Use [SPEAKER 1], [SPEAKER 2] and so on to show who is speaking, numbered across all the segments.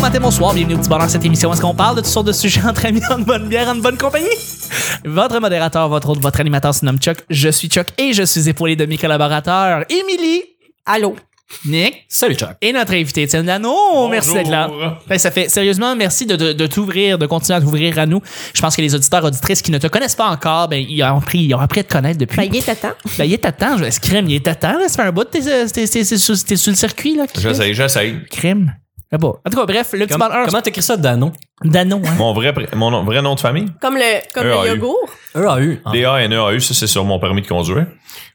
[SPEAKER 1] matin, bonsoir, bienvenue au petit bonheur cette émission. Est-ce qu'on parle de toutes sortes de sujets entre amis, en bonne bière, en bonne compagnie? Votre modérateur, votre autre, votre animateur se nomme Chuck. Je suis Chuck et je suis épaulé de mes collaborateurs, Émilie.
[SPEAKER 2] Allô?
[SPEAKER 1] Nick.
[SPEAKER 3] Salut Chuck.
[SPEAKER 1] Et notre invité, Étienne Dano. Merci d'être là. Ben, ça fait sérieusement merci de, de- de t'ouvrir, de continuer à t'ouvrir à nous. Je pense que les auditeurs, auditrices qui ne te connaissent pas encore, ben, ils, ont appris, ils ont appris à te connaître depuis.
[SPEAKER 2] Ben, il est à temps.
[SPEAKER 1] Ben, il est à temps, je crème, il est à temps, là. Ça fait un bout, t'es, t'es, t'es- t'es- t'es sur, t'es sur le circuit, là.
[SPEAKER 3] J'essaye, j'essaye.
[SPEAKER 1] Crème. Ah bon. En tout cas, bref, le petit
[SPEAKER 3] Comment,
[SPEAKER 1] bonheur.
[SPEAKER 3] comment t'écris ça, Dano?
[SPEAKER 1] Dano, hein.
[SPEAKER 4] Mon vrai, pré- mon nom- vrai nom de famille,
[SPEAKER 2] Comme le, comme
[SPEAKER 4] Euh,
[SPEAKER 2] le
[SPEAKER 4] ah, eu.
[SPEAKER 2] yogourt.
[SPEAKER 3] E-A-U. en fait.
[SPEAKER 4] D-A-N-E-A-U, E ça c'est sur mon permis de conduire.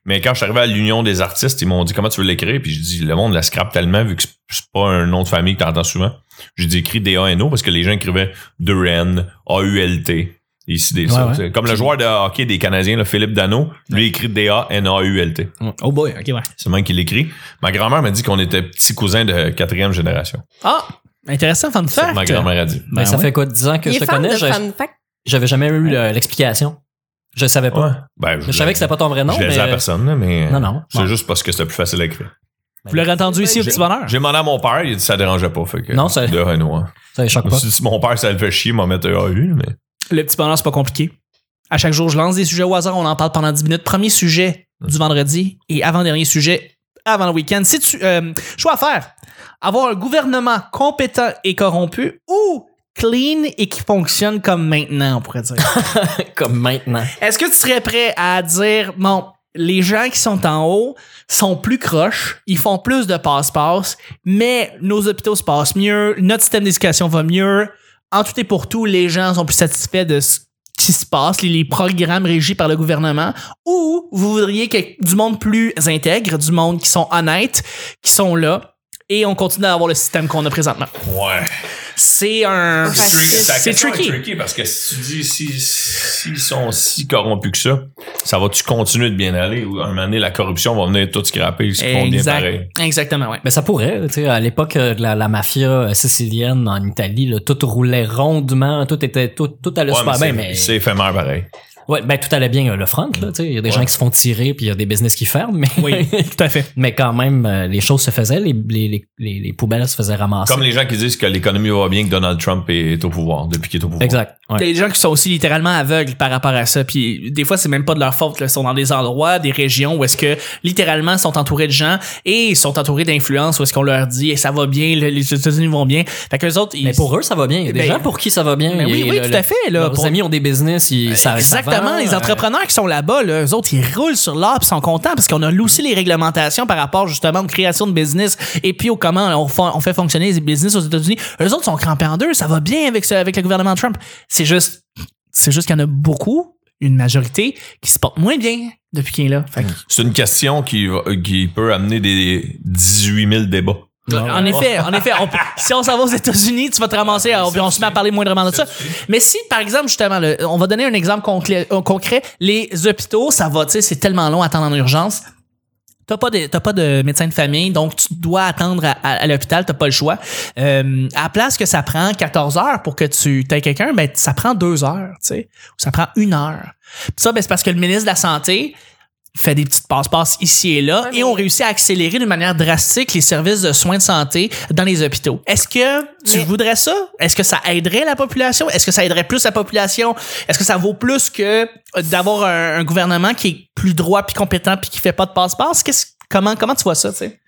[SPEAKER 4] Mais quand je suis arrivé à l'Union des artistes, ils m'ont dit comment tu veux l'écrire, puis je dis le monde la scrape tellement vu que c'est- c'est pas un nom de famille que t'entends souvent. J'ai dit écrit D-A-N-O E parce que les gens écrivaient Duran, A-U-L-T. Ici, des, ça,
[SPEAKER 3] ouais.
[SPEAKER 4] c'est Comme le joueur de hockey des Canadiens, le Philippe Dano, lui écrit E D-A-N-A-U-L-T.
[SPEAKER 3] Oh boy, ok.
[SPEAKER 1] Ok, ouais.
[SPEAKER 4] C'est le même qui l'écrit. Ma grand-mère m'a dit qu'on était petits cousins de quatrième génération.
[SPEAKER 1] Ah! Intéressant, fun
[SPEAKER 4] C'est ce que
[SPEAKER 1] fact.
[SPEAKER 4] Ma grand-mère a dit.
[SPEAKER 3] Ben, ça fait quoi, 10 ans que
[SPEAKER 2] il
[SPEAKER 3] je
[SPEAKER 2] est
[SPEAKER 3] te
[SPEAKER 2] fan
[SPEAKER 3] connais?
[SPEAKER 2] de
[SPEAKER 3] j'ai-
[SPEAKER 2] fun fact.
[SPEAKER 3] J'avais jamais eu le- l'explication. Je savais pas.
[SPEAKER 4] Ouais. Ben,
[SPEAKER 3] Je savais que c'était pas ton vrai nom,
[SPEAKER 4] Je le
[SPEAKER 3] mais. euh,
[SPEAKER 4] disais à personne, là, mais.
[SPEAKER 3] Non, non.
[SPEAKER 4] C'est
[SPEAKER 3] Bon.
[SPEAKER 4] juste parce que c'était plus facile à écrire.
[SPEAKER 1] Vous l'aurez entendu ici au petit bonheur.
[SPEAKER 4] J'ai demandé à mon père, il a dit que ça dérangeait pas. Fait que
[SPEAKER 3] Non, ça-
[SPEAKER 4] De Renault. hein.
[SPEAKER 3] Ça les
[SPEAKER 4] Je
[SPEAKER 3] choque
[SPEAKER 4] me
[SPEAKER 3] pas.
[SPEAKER 4] suis dit, si mon père, ça le fait chier, il m'a mettre EAU, mais.
[SPEAKER 1] Le petit bonheur, c'est pas compliqué. À chaque jour, je lance des sujets au hasard, on en parle pendant 10 minutes. Premier sujet du vendredi et avant-dernier sujet avant le week-end. Si tu. euh, choix à faire. Avoir un gouvernement compétent et corrompu ou clean et qui fonctionne comme maintenant, on pourrait dire.
[SPEAKER 3] Comme maintenant.
[SPEAKER 1] Est-ce que tu serais prêt à dire, bon, les gens qui sont en haut sont plus croches, ils font plus de passe-passe, mais nos hôpitaux se passent mieux, notre système d'éducation va mieux, en tout et pour tout, les gens sont plus satisfaits de ce qui se passe, les, les programmes régis par le gouvernement, ou vous voudriez que, du monde plus intègre, du monde qui sont honnêtes, qui sont là, et on continue à avoir le système qu'on a présentement.
[SPEAKER 4] Ouais.
[SPEAKER 1] C'est un...
[SPEAKER 2] C'est tricky.
[SPEAKER 4] Ta
[SPEAKER 1] C'est
[SPEAKER 4] question
[SPEAKER 1] tricky.
[SPEAKER 4] est parce que si tu dis si- s'ils sont si corrompus que ça, ça va-tu continuer de bien aller ou à un moment donné, la corruption va venir tout scraper, ce qu'ils font bien
[SPEAKER 1] Exact-
[SPEAKER 4] pareil.
[SPEAKER 1] Exactement, ouais.
[SPEAKER 3] Mais Ben ça pourrait, tu sais, à l'époque euh, de la, la mafia euh, sicilienne en Italie, là, tout roulait rondement, tout était tout, tout allait
[SPEAKER 4] Ouais, mais
[SPEAKER 3] super
[SPEAKER 4] c'est-
[SPEAKER 3] bien, mais
[SPEAKER 4] C'est éphémère pareil.
[SPEAKER 3] ouais, ben, tout allait bien euh, le front, là, tu sais, il y a des gens qui se font tirer, puis il y a des business qui ferment, mais
[SPEAKER 1] Oui, tout à fait.
[SPEAKER 3] mais quand même euh, les choses se faisaient, les, les, les, les- les poubelles se faisaient ramasser.
[SPEAKER 4] Comme les gens qui disent que l'économie va bien que Donald Trump est au pouvoir, depuis qu'il est au pouvoir.
[SPEAKER 3] Exact.
[SPEAKER 1] Il
[SPEAKER 3] ouais.
[SPEAKER 1] y a des gens qui sont aussi littéralement aveugles par rapport à ça. Puis des fois, c'est même pas de leur faute. là. Ils sont dans des endroits, des régions où est-ce que littéralement ils sont entourés de gens et ils sont entourés d'influences où est-ce qu'on leur dit eh, ça va bien, le- les États-Unis vont bien. Fait que les autres, ils-
[SPEAKER 3] Mais pour eux, ça va bien. Il y a des
[SPEAKER 1] Ben,
[SPEAKER 3] gens pour qui ça va bien.
[SPEAKER 1] Mais oui,
[SPEAKER 3] Et
[SPEAKER 1] oui,
[SPEAKER 3] le-
[SPEAKER 1] tout à fait, là,
[SPEAKER 3] leurs
[SPEAKER 1] pour-
[SPEAKER 3] amis ont des business, ils, euh, ça,
[SPEAKER 1] Exactement, les
[SPEAKER 3] entreprises.
[SPEAKER 1] entrepreneurs qui sont là-bas, là, eux autres, ils roulent sur l'or puis sont contents parce qu'on a loussé les réglementations par rapport justement aux créations de business et puis au comment on, fon- on fait fonctionner les business aux États-Unis. Eux autres sont crampés en deux, ça va bien avec, ce- avec le gouvernement Trump. C'est juste, c'est juste qu'il y en a beaucoup, une majorité, qui se portent moins bien depuis qu'il est là. Fait que-
[SPEAKER 4] C'est une question qui, va- qui peut amener des 18 000 débats.
[SPEAKER 1] En effet, en effet, on peut- si on s'en va aux États-Unis, tu vas te ramasser, alors, puis on se met à parler moindrement de ça. Mais si, par exemple, justement, là, on va donner un exemple conclé- euh, concret, les hôpitaux, ça va, tu sais, c'est tellement long à attendre en urgence. T'as pas, de, t'as pas de médecin de famille, donc tu dois attendre à, à- à l'hôpital, t'as pas le choix. Euh, à la place que ça prend 14 heures pour que tu aies quelqu'un, ben, ça prend deux heures, tu sais, ou ça prend une heure. Puis ça, ben, c'est parce que le ministre de la Santé fait des petites passe-passe ici et là
[SPEAKER 2] Ouais, mais-
[SPEAKER 1] et on réussit à accélérer de manière drastique les services de soins de santé dans les hôpitaux. Est-ce que tu
[SPEAKER 2] Mais-
[SPEAKER 1] voudrais ça? Est-ce que ça aiderait la population? Est-ce que ça aiderait plus la population? Est-ce que ça vaut plus que euh, d'avoir un, un gouvernement qui est plus droit puis compétent puis qui fait pas de passe-passe? Qu'est-ce- Comment, comment tu vois ça, tu sais?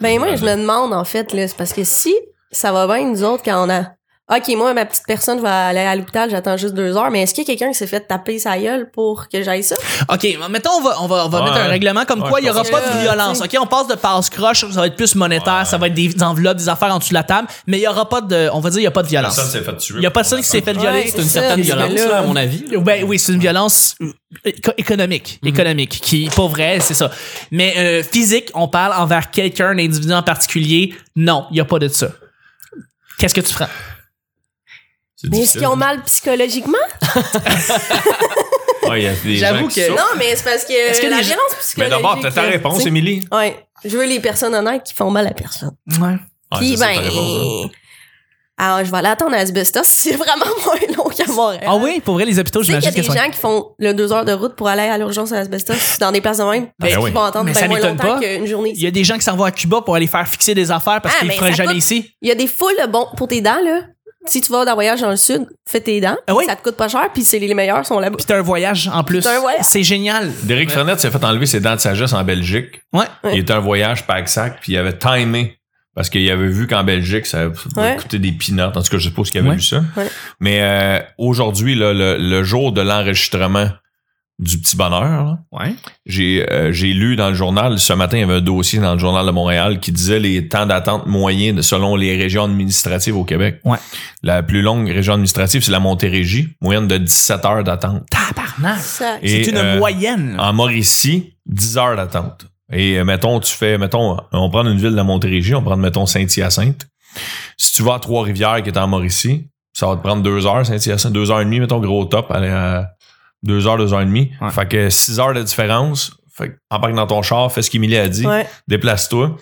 [SPEAKER 2] Ben moi, je me demande en fait, là, c'est parce que si ça va bien nous autres quand on a OK, moi, ma petite personne va aller à l'hôpital, j'attends juste deux heures, mais est-ce qu'il y a quelqu'un qui s'est fait taper sa gueule pour que j'aille ça?
[SPEAKER 1] OK, mettons, on va, on va, on va
[SPEAKER 4] Ouais.
[SPEAKER 1] mettre un règlement comme
[SPEAKER 4] Ouais,
[SPEAKER 1] quoi il
[SPEAKER 4] je
[SPEAKER 1] n'y aura
[SPEAKER 4] pense
[SPEAKER 1] pas
[SPEAKER 2] que-
[SPEAKER 1] de violence.
[SPEAKER 2] Euh,
[SPEAKER 1] OK, on passe de passe-croche, ça va être plus monétaire,
[SPEAKER 4] Ouais.
[SPEAKER 1] ça va être des enveloppes, des affaires en dessous de la table, mais il n'y aura pas de. On va dire, il n'y a pas de violence.
[SPEAKER 4] Personne s'est fait tuer.
[SPEAKER 1] Il n'y a personne qui s'est fait
[SPEAKER 2] Ouais,
[SPEAKER 1] violer.
[SPEAKER 2] c'est
[SPEAKER 3] C'est une
[SPEAKER 2] ça,
[SPEAKER 3] certaine
[SPEAKER 2] parce que
[SPEAKER 3] violence,
[SPEAKER 2] là-
[SPEAKER 3] là, à mon avis.
[SPEAKER 1] Ben oui, c'est une violence euh, éco- économique, économique, qui, pas vrai, c'est ça. Mais euh, physique, on parle envers quelqu'un, un individu en particulier. Non, il n'y a pas de ça. Qu'est-ce que tu feras?
[SPEAKER 4] C'est
[SPEAKER 2] Mais est-ce
[SPEAKER 4] difficile.
[SPEAKER 2] qu'ils ont mal psychologiquement?
[SPEAKER 4] Ouais, il y a des
[SPEAKER 1] J'avoue
[SPEAKER 4] gens qui
[SPEAKER 1] que-
[SPEAKER 4] souffrent.
[SPEAKER 2] Non, mais c'est parce que,
[SPEAKER 1] Est-ce que
[SPEAKER 2] la
[SPEAKER 1] les-
[SPEAKER 2] violence
[SPEAKER 4] Mais
[SPEAKER 2] psychologique.
[SPEAKER 4] Ben, d'abord, t'as ta
[SPEAKER 2] là,
[SPEAKER 4] réponse,
[SPEAKER 2] tu sais.
[SPEAKER 4] Émilie.
[SPEAKER 2] Ouais. Je veux les personnes honnêtes qui font mal à personne.
[SPEAKER 1] Ouais.
[SPEAKER 4] Ah,
[SPEAKER 2] Puis
[SPEAKER 4] c'est ça,
[SPEAKER 2] ben
[SPEAKER 4] ta réponse, hein.
[SPEAKER 2] Ah, je vais aller attendre à Asbestos, c'est vraiment moins long qu'à Montréal.
[SPEAKER 1] Ah oui, pour vrai, les hôpitaux,
[SPEAKER 2] Tu sais qu'il y
[SPEAKER 1] j'imagine
[SPEAKER 2] a
[SPEAKER 1] que
[SPEAKER 2] des
[SPEAKER 1] ça va
[SPEAKER 2] gens qui font le deux heures de route pour aller à l'urgence à Asbestos dans des places de même.
[SPEAKER 4] ben
[SPEAKER 2] parce qu'ils
[SPEAKER 4] oui.
[SPEAKER 2] vont attendre
[SPEAKER 1] Mais
[SPEAKER 2] bien
[SPEAKER 1] ça
[SPEAKER 2] moins
[SPEAKER 1] m'étonne
[SPEAKER 2] longtemps
[SPEAKER 1] pas.
[SPEAKER 2] qu'une journée.
[SPEAKER 1] Il y a des gens qui s'en vont à Cuba pour aller faire fixer des affaires parce
[SPEAKER 2] Ah,
[SPEAKER 1] qu'ils
[SPEAKER 2] mais
[SPEAKER 1] feraient
[SPEAKER 2] ça
[SPEAKER 1] jamais
[SPEAKER 2] coûte-
[SPEAKER 1] ici.
[SPEAKER 2] Il y a des foules bon pour tes dents, là. Si tu vas dans voyage dans le sud, fais tes dents.
[SPEAKER 1] Ah oui?
[SPEAKER 2] Ça te coûte pas cher, puis c'est les meilleurs sont là-bas.
[SPEAKER 1] Puis t'as un voyage en plus.
[SPEAKER 2] t'as un voyage.
[SPEAKER 1] C'est génial.
[SPEAKER 4] Derek Frenette s'est fait enlever ses dents de sagesse en Belgique.
[SPEAKER 1] Ouais.
[SPEAKER 2] Ouais.
[SPEAKER 4] Il était un voyage pack-sac, puis il avait timé. Parce qu'il avait vu qu'en Belgique, ça
[SPEAKER 2] Ouais.
[SPEAKER 4] coûtait des pinottes. En tout cas, je suppose qu'il avait
[SPEAKER 1] Ouais.
[SPEAKER 4] vu ça.
[SPEAKER 2] Ouais.
[SPEAKER 4] Mais euh, aujourd'hui, là, le, le jour de l'enregistrement du Petit Bonheur, là,
[SPEAKER 1] Ouais.
[SPEAKER 4] j'ai euh, j'ai lu dans le journal, ce matin, il y avait un dossier dans le journal de Montréal qui disait les temps d'attente moyens de- selon les régions administratives au Québec.
[SPEAKER 1] Ouais.
[SPEAKER 4] La plus longue région administrative, c'est la Montérégie, moyenne de 17 heures d'attente.
[SPEAKER 1] Tabarnak.
[SPEAKER 2] Ça,
[SPEAKER 4] Et,
[SPEAKER 1] C'est une
[SPEAKER 4] euh,
[SPEAKER 1] moyenne. là.
[SPEAKER 4] en Mauricie, 10 heures d'attente. Et euh, mettons, tu fais, mettons, on prend une ville de Montérégie, on prend, mettons, Saint-Hyacinthe. Si tu vas à Trois-Rivières qui est en Mauricie, ça va te prendre deux heures, Saint-Hyacinthe, deux heures et demie, mettons, gros top, aller à deux heures, deux heures et demie.
[SPEAKER 1] Ouais.
[SPEAKER 4] Fait que six heures de différence. Fait que embarque dans ton char, fais ce qu'Emilie a dit,
[SPEAKER 2] Ouais.
[SPEAKER 4] déplace-toi.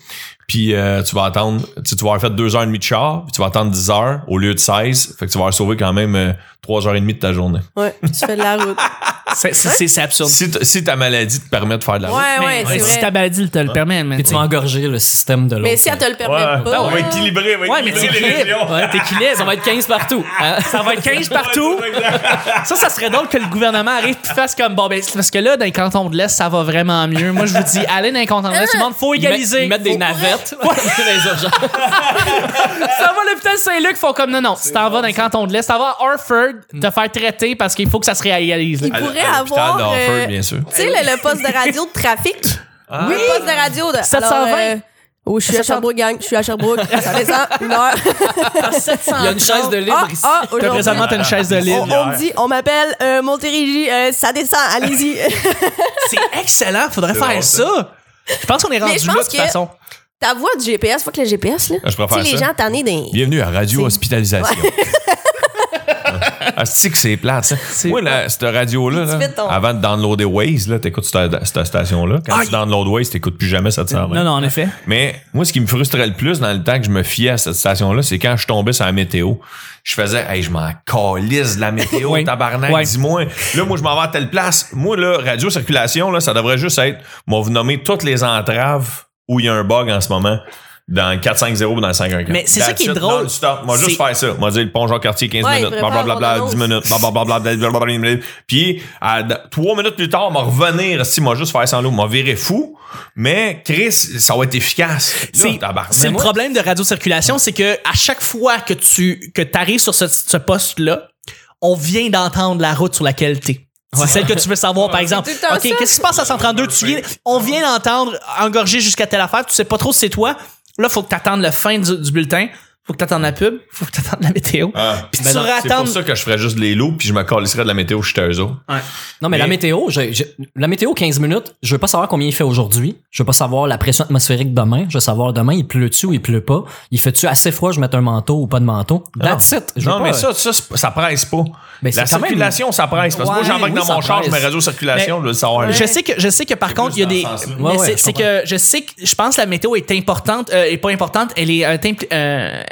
[SPEAKER 4] Puis euh, tu vas attendre, tu sais, tu vas avoir fait deux heures et demie de char, puis tu vas attendre 10 heures au lieu de 16. Fait que tu vas avoir sauvé quand même euh, trois heures et demie de ta journée.
[SPEAKER 2] ouais, tu fais de la route.
[SPEAKER 1] C'est- C'est c'est- c'est absurde.
[SPEAKER 4] Si, t- si ta maladie te permet de faire de la route,
[SPEAKER 2] Ouais, ouais,
[SPEAKER 1] Mais
[SPEAKER 2] c'est
[SPEAKER 1] si
[SPEAKER 2] vrai.
[SPEAKER 1] ta maladie te le permet, man.
[SPEAKER 3] Et tu vas engorger le système de l'autre.
[SPEAKER 2] Mais si elle te le permet
[SPEAKER 4] Ouais.
[SPEAKER 2] pas. euh,
[SPEAKER 4] on va équilibrer, on va
[SPEAKER 1] Ouais, mais
[SPEAKER 4] équilibrer les
[SPEAKER 1] t'équilibres.
[SPEAKER 4] régions.
[SPEAKER 1] Ouais, t'équilibres.
[SPEAKER 3] Ça va être 15 partout. hein?
[SPEAKER 1] Ça va être 15 partout. Ça, ça serait drôle que le gouvernement arrive et fasse comme bon, ben, c'est parce que là, dans les cantons de l'Est, ça va vraiment mieux. Moi, je vous dis, allez dans les cantons de l'Est, tout le monde, faut
[SPEAKER 3] Ils mettent-
[SPEAKER 1] égaliser.
[SPEAKER 3] Ils mettent des
[SPEAKER 1] Faut-
[SPEAKER 3] navettes dans les urgences.
[SPEAKER 1] Ça va, l'hôpital Saint-Luc, font comme non, non, tu t'en vas dans les cantons de l'Est, t'en vas à Harford te faire traiter parce qu'il faut que ça se réégalise. là.
[SPEAKER 2] Il pourrait
[SPEAKER 4] À l'hôpital
[SPEAKER 2] avoir,
[SPEAKER 4] de Hartford,
[SPEAKER 2] euh,
[SPEAKER 4] bien sûr.
[SPEAKER 2] Tu sais, le, le poste de radio de trafic. Oui. Le poste de radio de.
[SPEAKER 1] 720.
[SPEAKER 2] Alors, euh, oh, je suis à Sherbrooke, gang. Je suis à Sherbrooke. Ça descend une heure.
[SPEAKER 3] Il y a une chaise de libre
[SPEAKER 2] Ah,
[SPEAKER 3] ici.
[SPEAKER 2] ah,
[SPEAKER 1] T'as
[SPEAKER 2] aujourd'hui,
[SPEAKER 1] présentement t'as une chaise de
[SPEAKER 2] on,
[SPEAKER 1] libre.
[SPEAKER 2] on me dit, on m'appelle euh, Montérégie. euh, ça descend. Allez-y.
[SPEAKER 1] Ah, C'est excellent, faudrait
[SPEAKER 4] C'est drôle,
[SPEAKER 1] faire ça. Je pense qu'on est rendu
[SPEAKER 2] je
[SPEAKER 1] là
[SPEAKER 2] pense
[SPEAKER 1] de toute
[SPEAKER 2] que-
[SPEAKER 1] façon.
[SPEAKER 2] Ta voix du GPS, faut que le GPS, là.
[SPEAKER 4] Je
[SPEAKER 2] Tu
[SPEAKER 4] préfère
[SPEAKER 2] sais, les
[SPEAKER 4] ça.
[SPEAKER 2] gens tannés des.
[SPEAKER 4] Bienvenue à Radio Hospitalisation. Ah, c'est que c'est plate, ça. Moi, là, cette radio-là, là,
[SPEAKER 2] fais ton-
[SPEAKER 4] avant de downloader Waze, là, t'écoutes cette, cette station-là. Quand
[SPEAKER 1] Ah,
[SPEAKER 4] tu downloads Waze, t'écoutes plus jamais cette station
[SPEAKER 1] Non, non, en effet.
[SPEAKER 4] Mais moi, ce qui me frustrait le plus dans le temps que je me fiais à cette station-là, c'est quand je tombais sur la météo. Je faisais, hey, je m'en calisse de la météo,
[SPEAKER 1] Oui.
[SPEAKER 4] tabarnak,
[SPEAKER 1] Oui.
[SPEAKER 4] dis-moi. Là, moi, je m'en vais à telle place. Moi, là, radio-circulation, là, ça devrait juste être, moi, vous nommer toutes les entraves où il y a un bug en ce moment dans le 450 ou dans le 514.
[SPEAKER 1] Mais c'est ça qui est
[SPEAKER 4] That's it,
[SPEAKER 1] drôle.
[SPEAKER 4] non-stop. Moi, juste
[SPEAKER 1] C'est-
[SPEAKER 4] faire ça. Moi, dire le pont Jean-Cartier, 15
[SPEAKER 2] Ouais,
[SPEAKER 4] minutes,
[SPEAKER 2] il prépare
[SPEAKER 4] blablabla,
[SPEAKER 2] ton
[SPEAKER 4] 10
[SPEAKER 2] annonce.
[SPEAKER 4] minutes, blablabla, blablabla, blablabla. Puis, à d- trois minutes plus tard, on va revenir, si moi, juste faire sans l'eau, m'a viré fou. Mais, Chris, ça va être efficace. Là,
[SPEAKER 1] C'est
[SPEAKER 4] tabarnak.
[SPEAKER 1] c'est le problème de radiocirculation, c'est que à chaque fois que tu que arrives sur ce, ce poste-là, on vient d'entendre la route sur laquelle t'es. C'est celle que tu veux savoir, par exemple.
[SPEAKER 2] tout le temps
[SPEAKER 1] OK,
[SPEAKER 2] ça.
[SPEAKER 1] qu'est-ce qui se passe à 132? Tu viens, on vient d'entendre engorger jusqu'à telle affaire. Tu sais pas trop si c'est toi. Là, faut que t'attendes la fin du, du bulletin. Faut que t'attendes la pub. Faut que t'attendes la météo.
[SPEAKER 4] Ah.
[SPEAKER 1] Puis
[SPEAKER 3] Ben
[SPEAKER 1] tu
[SPEAKER 3] non,
[SPEAKER 4] C'est pour
[SPEAKER 1] rattends.
[SPEAKER 4] ça que je ferais juste les loups puis je me calisserais de la météo chez eux autres.
[SPEAKER 3] Non, mais, la
[SPEAKER 4] Mais-
[SPEAKER 3] météo, j'ai- j'ai- la météo 15 minutes, je veux pas savoir combien il fait aujourd'hui. Je veux pas savoir la pression atmosphérique demain. Je veux savoir demain, il pleut-tu ou il pleut pas. Il fait-tu assez froid, je mets un manteau ou pas de manteau. That's it. Je veux
[SPEAKER 4] Non,
[SPEAKER 3] pas-
[SPEAKER 4] mais ça, ça, c'est- ça presse pas.
[SPEAKER 3] Mais
[SPEAKER 4] la
[SPEAKER 3] c'est quand même-
[SPEAKER 4] circulation, ça presse. Parce que moi,
[SPEAKER 3] Ouais,
[SPEAKER 4] j'embarque
[SPEAKER 3] oui,
[SPEAKER 4] dans mon
[SPEAKER 3] ça
[SPEAKER 4] char, je
[SPEAKER 3] presse.
[SPEAKER 4] mets radio-circulation, je veux le savoir. là.
[SPEAKER 1] Je sais que je sais que par contre il y a
[SPEAKER 4] plus
[SPEAKER 1] des
[SPEAKER 4] dans ce sens-là.
[SPEAKER 1] mais
[SPEAKER 3] Ouais, ouais,
[SPEAKER 1] c'est
[SPEAKER 3] je
[SPEAKER 1] c'est que je sais que je pense que la météo est importante euh, est pas importante elle est euh, impli- euh,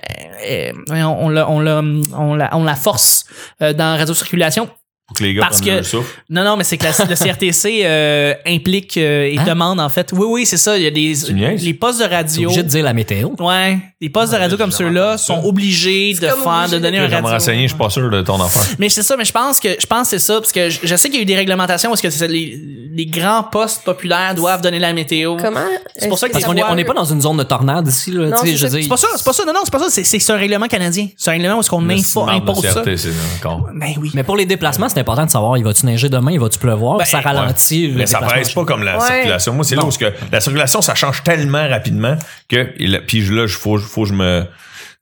[SPEAKER 1] euh, voyons, on la on la on la on la force euh, dans radio circulation
[SPEAKER 4] Pour que les gars
[SPEAKER 1] Parce
[SPEAKER 4] prennent
[SPEAKER 1] que-
[SPEAKER 4] leur souffle.
[SPEAKER 1] non non mais c'est que la- le CRTC euh, implique euh, et
[SPEAKER 3] Hein?
[SPEAKER 1] demande en fait oui oui c'est ça il y a des
[SPEAKER 4] Tu niaises?
[SPEAKER 1] les postes de
[SPEAKER 3] T'es
[SPEAKER 1] radio
[SPEAKER 3] obligé de dire la météo.
[SPEAKER 1] ouais les postes de radio
[SPEAKER 4] j'ai
[SPEAKER 1] comme
[SPEAKER 4] jamais
[SPEAKER 1] ceux-là
[SPEAKER 4] entendu ça.
[SPEAKER 1] sont obligés de
[SPEAKER 2] comme
[SPEAKER 1] faire
[SPEAKER 2] obligé
[SPEAKER 1] de
[SPEAKER 2] de-
[SPEAKER 1] donner
[SPEAKER 4] Je
[SPEAKER 1] un
[SPEAKER 4] vais me
[SPEAKER 1] radio
[SPEAKER 4] renseigner, je suis pas sûr de ton affaire.
[SPEAKER 1] mais c'est ça, mais je pense que je pense que c'est ça parce que je, je sais qu'il y a eu des réglementations parce que c'est les, les grands postes populaires doivent donner la météo.
[SPEAKER 2] Comment?
[SPEAKER 1] C'est pour ça que
[SPEAKER 2] est-ce
[SPEAKER 1] t'es-
[SPEAKER 3] On est, on est pas dans une zone de tornade ici, là.
[SPEAKER 2] Non,
[SPEAKER 3] tu sais,
[SPEAKER 2] c'est
[SPEAKER 3] je
[SPEAKER 2] ça.
[SPEAKER 3] veux
[SPEAKER 1] C'est
[SPEAKER 3] dire,
[SPEAKER 1] pas ça, c'est pas ça. Non non, c'est pas ça, c'est c'est un règlement canadien. C'est un règlement où est-ce qu'on
[SPEAKER 4] Mais
[SPEAKER 1] info-
[SPEAKER 4] c'est une marde
[SPEAKER 1] impose
[SPEAKER 4] de
[SPEAKER 1] ça.
[SPEAKER 4] CRT, c'est encore.
[SPEAKER 1] Ben oui.
[SPEAKER 3] Mais pour les déplacements, c'est important de savoir, il va-tu neiger demain, il va-tu pleuvoir,
[SPEAKER 1] Ben,
[SPEAKER 3] ça ralentit. le
[SPEAKER 4] Mais ça
[SPEAKER 3] déplacement.
[SPEAKER 4] presse pas comme la
[SPEAKER 2] Ouais.
[SPEAKER 4] circulation. Moi, c'est là où ce que la circulation, ça change tellement rapidement que et là, puis je- là, je- faut, faut que je me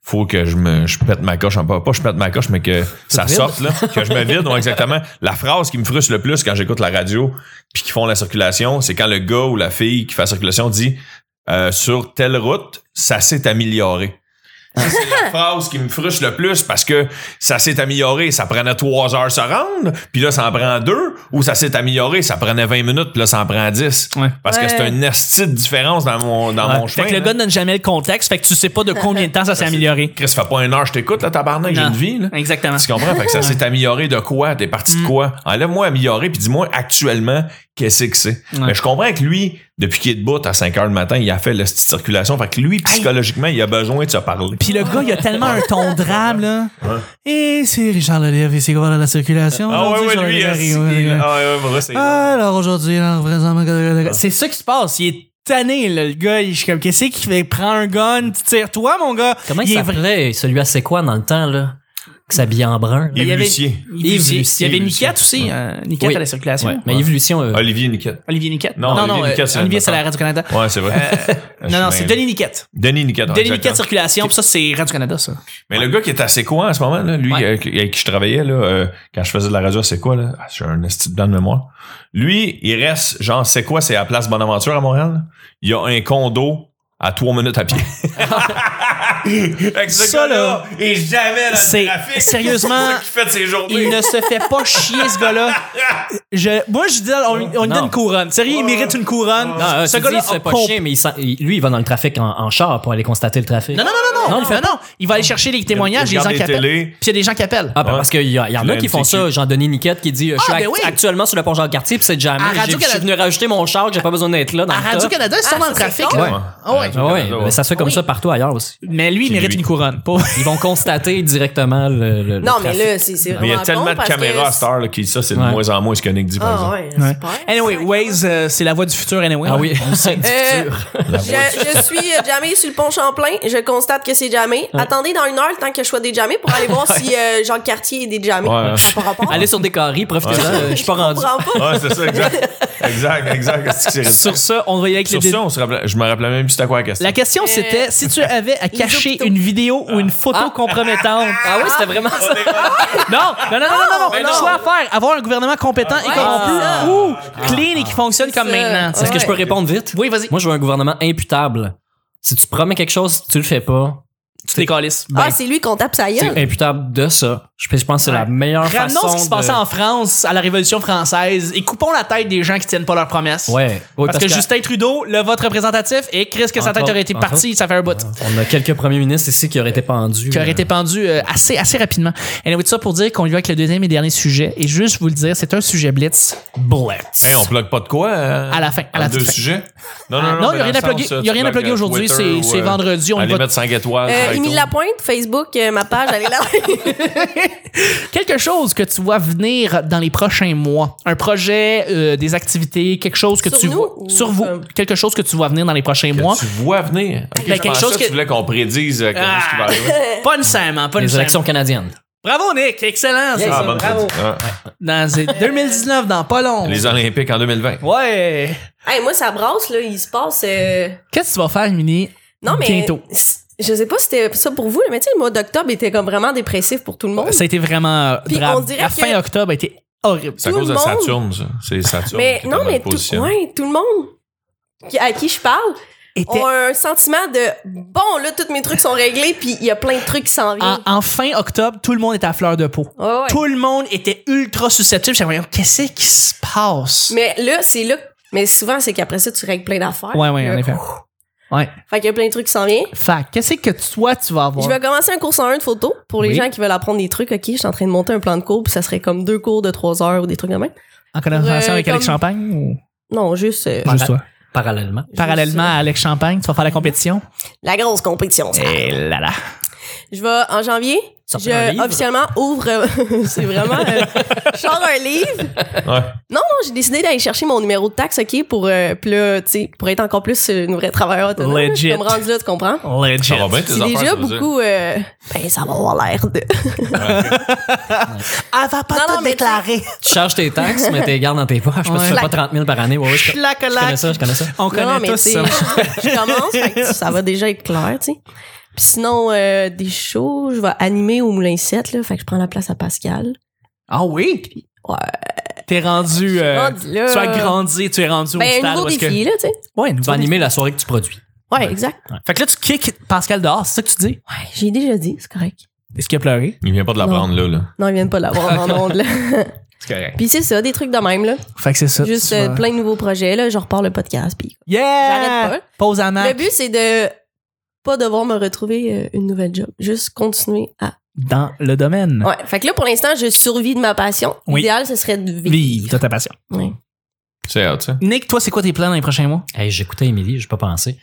[SPEAKER 4] faut que je me je pète ma coche, pas pas je pète ma coche, mais que ça
[SPEAKER 3] vides.
[SPEAKER 4] sorte là, que je me vide. ouais, exactement. La phrase qui me frustre le plus quand j'écoute la radio puis qui font la circulation, c'est quand le gars ou la fille qui fait la circulation dit euh, sur telle route, ça s'est amélioré. Ça, c'est la phrase qui me frustre le plus parce que ça s'est amélioré. Ça prenait trois heures se rendre, puis là, ça en prend deux. Ou ça s'est amélioré, ça prenait 20 minutes, puis là, ça en prend 10.
[SPEAKER 1] Ouais.
[SPEAKER 4] Parce
[SPEAKER 2] Ouais.
[SPEAKER 4] que c'est un esti de différence dans mon, dans mon
[SPEAKER 1] Fait
[SPEAKER 4] chemin.
[SPEAKER 1] que le
[SPEAKER 4] là.
[SPEAKER 1] gars donne jamais le contexte, fait que tu sais pas de combien de temps hein. ça s'est amélioré.
[SPEAKER 4] Chris, ça fait pas une heure, je t'écoute, là, tabarnak, j'ai
[SPEAKER 1] Non.
[SPEAKER 4] une vie, là.
[SPEAKER 1] Exactement.
[SPEAKER 4] Tu comprends? Fait que ça s'est amélioré de quoi? T'es parti de
[SPEAKER 1] Mm.
[SPEAKER 4] quoi? Enlève-moi amélioré, puis dis-moi actuellement qu'est-ce que c'est.
[SPEAKER 1] Ouais.
[SPEAKER 4] Mais je comprends que lui, depuis qu'il est debout à 5 heures le matin, il a fait la petite circulation. Fait que lui, psychologiquement, il a besoin de se parler.
[SPEAKER 1] Puis le gars, il a tellement un ton drame, là. Et c'est Richard Lelièvre, et c'est quoi la circulation?
[SPEAKER 4] ah ouais,
[SPEAKER 1] aujourd'hui,
[SPEAKER 4] ouais,
[SPEAKER 1] sur le
[SPEAKER 4] lui,
[SPEAKER 1] Gary,
[SPEAKER 4] esti,
[SPEAKER 1] ouais, ouais.
[SPEAKER 4] ah ouais, ouais, ouais, c'est-
[SPEAKER 1] Alors aujourd'hui, là, vraiment- c'est ça qui se passe. Il est tanné, là, le gars. Il- Je suis comme, qu'est-ce qu'il fait? Prends un gun, tu tires toi, mon gars.
[SPEAKER 3] Comment il,
[SPEAKER 1] il est
[SPEAKER 3] s'appelait celui à c'est quoi dans le temps, là? Qui s'habillait en brun. là?
[SPEAKER 1] Il y
[SPEAKER 4] Yves
[SPEAKER 1] avait-
[SPEAKER 4] Lucier.
[SPEAKER 1] Il y avait-
[SPEAKER 3] Yves
[SPEAKER 1] il y avait
[SPEAKER 4] Lucien.
[SPEAKER 1] Niquette aussi. euh, Niquette
[SPEAKER 3] Oui.
[SPEAKER 1] à la circulation.
[SPEAKER 3] Ouais. Mais Yves Lucien,
[SPEAKER 1] Ah,
[SPEAKER 3] euh,
[SPEAKER 4] Olivier Niquette.
[SPEAKER 1] Olivier Niquette.
[SPEAKER 4] Non,
[SPEAKER 1] non,
[SPEAKER 4] Olivier
[SPEAKER 1] euh,
[SPEAKER 4] Niquette, c'est
[SPEAKER 1] Olivier,
[SPEAKER 4] un
[SPEAKER 1] c'est la Radio-Canada.
[SPEAKER 4] Ouais, c'est vrai. Je
[SPEAKER 1] Euh, Non, non,
[SPEAKER 4] suis
[SPEAKER 1] c'est
[SPEAKER 4] bien-
[SPEAKER 1] Denis Niquette.
[SPEAKER 4] Denis Niquette. ouais,
[SPEAKER 1] Denis
[SPEAKER 4] exactement.
[SPEAKER 1] Niquette Circulation, puis ça, c'est Radio-Canada, ça.
[SPEAKER 4] Mais le gars qui est assez quoi en ce moment, là, lui
[SPEAKER 1] Ouais.
[SPEAKER 4] avec, avec qui je travaillais là, euh, quand je faisais de la radio, c'est quoi là? Ah, J'ai un esti de blanc de mémoire. Lui, il reste, genre, c'est quoi, c'est à Place Bonaventure à Montréal. Il a un condo à trois minutes à pied. Fait que ce
[SPEAKER 1] Ça,
[SPEAKER 4] gars-là
[SPEAKER 1] là,
[SPEAKER 4] est jamais dans
[SPEAKER 1] c'est-
[SPEAKER 4] le trafic.
[SPEAKER 1] sérieusement,
[SPEAKER 4] C'est ça qui fait de ses journées.
[SPEAKER 1] Il ne se fait pas chier, ce gars-là. Je, moi, je dis, on, on lui
[SPEAKER 3] Non.
[SPEAKER 1] donne une couronne. Sérieux, il mérite une couronne.
[SPEAKER 3] Non, euh,
[SPEAKER 1] ce
[SPEAKER 3] tu dis,
[SPEAKER 1] gars-là
[SPEAKER 3] il se fait
[SPEAKER 1] a
[SPEAKER 3] pas
[SPEAKER 1] compl-
[SPEAKER 3] chier, mais il s'en- il- lui, il va dans le trafic en, en char pour aller constater le trafic.
[SPEAKER 1] Non, non, non, non, non.
[SPEAKER 3] Non,
[SPEAKER 1] Non,
[SPEAKER 3] il le fait
[SPEAKER 1] non. Il va aller chercher les témoignages, les gens
[SPEAKER 4] Regarde
[SPEAKER 1] qui
[SPEAKER 4] les
[SPEAKER 1] appellent.
[SPEAKER 4] télés.
[SPEAKER 1] Puis il y a des gens qui appellent.
[SPEAKER 3] Ah, ben,
[SPEAKER 4] Ouais.
[SPEAKER 3] parce qu'il y, a- il y en
[SPEAKER 4] Le
[SPEAKER 3] a qui font
[SPEAKER 4] MTQ.
[SPEAKER 3] ça. Jean-Denis Niquette qui dit euh, Je suis
[SPEAKER 1] Ah, ben
[SPEAKER 3] act-
[SPEAKER 1] oui.
[SPEAKER 3] actuellement sur le pont Jean-Cartier, puis c'est jamais.
[SPEAKER 1] À
[SPEAKER 3] j'ai-
[SPEAKER 1] Radio-Canada-
[SPEAKER 3] Je suis venu rajouter mon char, j'ai pas besoin d'être là. Dans
[SPEAKER 1] À
[SPEAKER 3] le tas.
[SPEAKER 1] Radio-Canada, ils sont
[SPEAKER 2] Ah,
[SPEAKER 1] dans le
[SPEAKER 2] ça, c'est
[SPEAKER 1] trafic.
[SPEAKER 2] con.
[SPEAKER 1] là.
[SPEAKER 3] Ouais.
[SPEAKER 1] Ah ouais.
[SPEAKER 3] Ah ouais,
[SPEAKER 4] Canada, ouais.
[SPEAKER 3] mais ça se fait comme
[SPEAKER 1] Oui.
[SPEAKER 3] ça partout ailleurs aussi.
[SPEAKER 1] Mais lui, il
[SPEAKER 4] Puis
[SPEAKER 1] mérite
[SPEAKER 4] lui.
[SPEAKER 1] une couronne. Pour...
[SPEAKER 3] Ils vont constater directement le. le- le
[SPEAKER 2] Non, mais
[SPEAKER 3] trafic.
[SPEAKER 2] là, c'est c'est vraiment.
[SPEAKER 4] Mais il y a tellement
[SPEAKER 2] con
[SPEAKER 4] de
[SPEAKER 2] parce
[SPEAKER 4] caméras
[SPEAKER 2] que-
[SPEAKER 4] à cette heure là, qui, ça, c'est de
[SPEAKER 3] Ouais.
[SPEAKER 4] moins en moins ce que Nick dit, par
[SPEAKER 2] Ah,
[SPEAKER 4] exemple.
[SPEAKER 2] ouais, super.
[SPEAKER 1] Anyway, Waze, euh, c'est la voie du futur, anyway.
[SPEAKER 3] Ah oui, c'est du
[SPEAKER 2] Euh,
[SPEAKER 3] futur.
[SPEAKER 2] Je, je suis euh, jamais sur le pont Champlain. Je constate que c'est jamais. Attendez dans une heure le temps que je sois déjamé pour aller voir si euh, Jean Cartier est déjamé.
[SPEAKER 4] Ouais, hein.
[SPEAKER 2] Par rapport.
[SPEAKER 3] Allez sur des carrés, profitez-en. euh, Je suis pas rendu.
[SPEAKER 2] comprends pas.
[SPEAKER 4] Ouais, c'est ça, exact. exact, exact. Est-ce que c'est
[SPEAKER 1] Sur ça, on va y aller avec
[SPEAKER 4] Sur
[SPEAKER 1] les dé-
[SPEAKER 4] ça, on se rappelait, je me rappelais même plus c'était quoi la question.
[SPEAKER 1] La question, c'était si tu avais à cacher
[SPEAKER 2] hôpitaux.
[SPEAKER 1] une vidéo ou une photo compromettante.
[SPEAKER 3] Ah ouais, c'était vraiment ça.
[SPEAKER 1] Non, non, non, non, non, non,
[SPEAKER 3] non.
[SPEAKER 1] choix à faire. Avoir un gouvernement compétent et
[SPEAKER 2] Ouais,
[SPEAKER 1] corrompu
[SPEAKER 2] c'est ça.
[SPEAKER 1] ou clean et qui fonctionne comme
[SPEAKER 2] ça.
[SPEAKER 1] maintenant.
[SPEAKER 2] Ouais.
[SPEAKER 3] Est-ce que je peux répondre vite?
[SPEAKER 1] Oui, vas-y.
[SPEAKER 3] Moi, je veux un gouvernement imputable. Si tu promets quelque chose, tu le fais pas,
[SPEAKER 1] Tu décalisses.
[SPEAKER 2] Ah, c'est lui qu'on tape sa gueule.
[SPEAKER 3] c'est imputable de ça. Je pense je pense que c'est
[SPEAKER 1] Ouais.
[SPEAKER 3] la meilleure façon.
[SPEAKER 1] Ramenons ce qui se
[SPEAKER 3] de-
[SPEAKER 1] passait en France à la Révolution française et coupons la tête des gens qui tiennent pas leurs promesses.
[SPEAKER 3] Ouais. Oui,
[SPEAKER 1] Parce, que, Justin Trudeau, le vote représentatif, et Chris, que sa
[SPEAKER 3] Entre
[SPEAKER 1] tête aurait été
[SPEAKER 3] autres, entre
[SPEAKER 1] partie, ça fait un bout.
[SPEAKER 3] On a quelques premiers ministres ici qui auraient été pendus.
[SPEAKER 1] qui aurait été pendu euh, assez, assez rapidement. Et anyway, tout ça pour dire qu'on y va avec le deuxième et dernier sujet. Et juste vous le dire, c'est un sujet blitz. Blitz.
[SPEAKER 4] Hey, on bloque pas de quoi euh,
[SPEAKER 1] À la fin, à
[SPEAKER 4] en
[SPEAKER 1] la
[SPEAKER 4] deux
[SPEAKER 1] toute fin.
[SPEAKER 4] sujets.
[SPEAKER 1] Ah, non,
[SPEAKER 4] mais
[SPEAKER 1] y a rien
[SPEAKER 4] dans
[SPEAKER 1] à
[SPEAKER 4] le
[SPEAKER 1] plugger-
[SPEAKER 4] sens, euh,
[SPEAKER 1] y a
[SPEAKER 4] tu
[SPEAKER 1] rien à
[SPEAKER 4] bloques,
[SPEAKER 1] plugger
[SPEAKER 4] euh,
[SPEAKER 1] aujourd'hui,
[SPEAKER 4] Twitter
[SPEAKER 1] c'est-
[SPEAKER 4] ou,
[SPEAKER 1] c'est
[SPEAKER 4] euh,
[SPEAKER 1] vendredi, on y
[SPEAKER 4] allez
[SPEAKER 1] va-
[SPEAKER 4] mettre 5 étoiles.
[SPEAKER 2] Euh,
[SPEAKER 4] sur
[SPEAKER 2] il mit
[SPEAKER 4] iTunes.
[SPEAKER 2] la pointe, Facebook, euh, ma page, allez là.
[SPEAKER 1] Quelque chose que tu vois venir dans les prochains mois. Un projet, euh, des activités, quelque chose que
[SPEAKER 2] Sur
[SPEAKER 1] tu
[SPEAKER 2] nous
[SPEAKER 1] vois.
[SPEAKER 2] ou
[SPEAKER 1] Sur vous.
[SPEAKER 2] comme-
[SPEAKER 1] Quelque chose que tu vois venir dans les prochains
[SPEAKER 4] Que
[SPEAKER 1] mois.
[SPEAKER 4] Tu vois venir. Ok,
[SPEAKER 1] Ben,
[SPEAKER 4] je
[SPEAKER 1] quelque
[SPEAKER 4] pensais
[SPEAKER 1] chose
[SPEAKER 4] que
[SPEAKER 1] que-
[SPEAKER 4] tu voulais qu'on prédise euh,
[SPEAKER 1] Ah.
[SPEAKER 4] ce qui va arriver.
[SPEAKER 1] Pas nécessairement, pas
[SPEAKER 3] Les
[SPEAKER 1] nécessairement.
[SPEAKER 3] élections canadiennes.
[SPEAKER 1] Bravo, Nick. Excellent, ça.
[SPEAKER 4] Ah, bonne
[SPEAKER 1] Bravo.
[SPEAKER 4] prédiction. Ah.
[SPEAKER 1] Dans c'est 2019, dans pas long.
[SPEAKER 4] Les Olympiques en 2020.
[SPEAKER 1] Ouais.
[SPEAKER 2] Hey, moi, ça brasse, là. Il se passe. euh,
[SPEAKER 1] Qu'est-ce que tu vas faire, Mini?
[SPEAKER 2] Non, mais.
[SPEAKER 1] Bientôt.
[SPEAKER 2] c- Je sais pas si c'était ça pour vous, mais tu sais, le mois d'octobre était comme vraiment dépressif pour
[SPEAKER 4] Bah,
[SPEAKER 2] tout le monde.
[SPEAKER 1] Ça a été vraiment euh,
[SPEAKER 2] Oh. Puis on
[SPEAKER 1] drame.
[SPEAKER 2] dirait
[SPEAKER 1] La
[SPEAKER 2] que-
[SPEAKER 1] fin octobre a été horrible.
[SPEAKER 4] C'est à
[SPEAKER 2] Tout
[SPEAKER 4] cause
[SPEAKER 2] le
[SPEAKER 4] de
[SPEAKER 2] monde-
[SPEAKER 4] Saturne, ça. C'est Saturne.
[SPEAKER 2] Mais
[SPEAKER 4] qui est
[SPEAKER 2] non,
[SPEAKER 4] dans
[SPEAKER 2] mais
[SPEAKER 4] notre
[SPEAKER 2] tout,
[SPEAKER 4] position.
[SPEAKER 2] ouais, tout le monde qui- à qui je parle
[SPEAKER 1] Était-
[SPEAKER 2] ont un sentiment de bon, là, tous mes trucs sont réglés, puis il y a plein de trucs qui s'en
[SPEAKER 1] En,
[SPEAKER 2] viennent.
[SPEAKER 1] en fin octobre, tout le monde était à fleur de peau.
[SPEAKER 2] Ouais, ouais.
[SPEAKER 1] Tout le monde était ultra susceptible. J'étais voyons, qu'est-ce qui se passe?
[SPEAKER 2] Mais là, c'est là. Mais souvent, c'est qu'après ça, tu règles plein d'affaires.
[SPEAKER 1] Ouais, ouais, en effet. Ouais.
[SPEAKER 2] Fait qu'il y a plein de trucs qui s'en viennent.
[SPEAKER 1] Fait que qu'est-ce que toi, tu vas avoir?
[SPEAKER 2] Je vais commencer un cours 101 de photo pour les
[SPEAKER 1] Oui.
[SPEAKER 2] gens qui veulent apprendre des trucs. Ok, je suis en train de monter un plan de cours, puis ça serait comme deux cours de trois heures ou des trucs de même.
[SPEAKER 1] En collaboration
[SPEAKER 2] Euh,
[SPEAKER 1] avec Alex
[SPEAKER 2] comme-
[SPEAKER 1] Champagne ou
[SPEAKER 2] Non, juste. euh,
[SPEAKER 1] juste toi?
[SPEAKER 3] Parallèlement.
[SPEAKER 1] Parallèlement à Alex Champagne, tu vas faire
[SPEAKER 2] Ah,
[SPEAKER 1] la compétition?
[SPEAKER 2] La grosse compétition, ça.
[SPEAKER 1] Et là là.
[SPEAKER 2] Je vais en janvier.
[SPEAKER 3] Sortir un
[SPEAKER 2] Je
[SPEAKER 3] livre.
[SPEAKER 2] officiellement ouvre. euh, c'est vraiment. euh, je sors un livre.
[SPEAKER 4] Ouais.
[SPEAKER 2] Non, non, j'ai décidé d'aller chercher mon numéro de taxe, OK, pour, euh, puis là, tu sais, pour être encore plus euh, une vraie travailleur autonome.
[SPEAKER 1] Legit.
[SPEAKER 2] Je me rendre là, tu comprends?
[SPEAKER 1] Legit.
[SPEAKER 4] Ça va bien, tes
[SPEAKER 2] C'est
[SPEAKER 4] affaires, ça
[SPEAKER 2] déjà
[SPEAKER 4] veut dire.
[SPEAKER 2] beaucoup. euh, ben, ça va avoir l'air de.
[SPEAKER 1] Elle va pas
[SPEAKER 2] Non, non,
[SPEAKER 1] te
[SPEAKER 2] mais-
[SPEAKER 1] déclarer.
[SPEAKER 3] Tu charges tes taxes, mais t'es gardes dans tes poches. Parce que tu
[SPEAKER 1] Ouais.
[SPEAKER 3] fais pas 30 000 par année. Ouais, ouais, je, je
[SPEAKER 1] Clac, clac.
[SPEAKER 3] connais ça, je connais ça.
[SPEAKER 1] On
[SPEAKER 2] Non,
[SPEAKER 1] connaît
[SPEAKER 2] mais
[SPEAKER 1] tous
[SPEAKER 2] tu sais,
[SPEAKER 1] ça.
[SPEAKER 2] je commence, fait que ça va déjà être clair, tu sais. Puis sinon, euh, des shows, je vais animer au Moulin 7, là, fait que je prends la place à Pascal.
[SPEAKER 1] Ah oui?
[SPEAKER 2] Ouais.
[SPEAKER 1] T'es rendu. euh,
[SPEAKER 2] Rendu là.
[SPEAKER 1] tu as grandi, tu es rendu au
[SPEAKER 2] Ben, un
[SPEAKER 1] stade
[SPEAKER 2] nouveau
[SPEAKER 1] où est-ce que-
[SPEAKER 2] défi, là, tu sais.
[SPEAKER 1] Ouais, une
[SPEAKER 3] Tu vas
[SPEAKER 1] bonne-
[SPEAKER 3] animer la soirée que tu produis.
[SPEAKER 2] Ouais, exact.
[SPEAKER 1] Fait que là, tu kicks Pascal dehors, c'est ça que tu dis?
[SPEAKER 2] Ouais, j'ai déjà dit, c'est correct.
[SPEAKER 1] Est-ce qu'il a pleuré?
[SPEAKER 4] Il vient pas de la
[SPEAKER 2] Non.
[SPEAKER 4] prendre là, là.
[SPEAKER 2] Non, ils viennent pas l'avoir en ondes, là.
[SPEAKER 4] C'est correct.
[SPEAKER 2] Puis c'est ça, des trucs de même, là.
[SPEAKER 1] Fait que c'est ça.
[SPEAKER 2] Juste
[SPEAKER 1] tu
[SPEAKER 2] euh,
[SPEAKER 1] vas-
[SPEAKER 2] plein de nouveaux projets, là. Je repars le podcast, puis
[SPEAKER 1] Yeah!
[SPEAKER 2] j'arrête
[SPEAKER 1] Pause à
[SPEAKER 2] Le
[SPEAKER 1] Mac
[SPEAKER 2] but, c'est de pas devoir me retrouver euh, une nouvelle job. Juste continuer à.
[SPEAKER 1] dans le domaine.
[SPEAKER 2] Ouais. Fait que là, pour l'instant, je survis de ma passion.
[SPEAKER 1] Oui.
[SPEAKER 2] L'idéal, ce serait de vivre.
[SPEAKER 1] Vive de ta passion.
[SPEAKER 2] Ouais.
[SPEAKER 4] C'est hâte, ça.
[SPEAKER 1] Nick, toi, c'est quoi tes plans dans les prochains mois?
[SPEAKER 3] Hey, j'écoutais Émilie, j'ai pas pensé.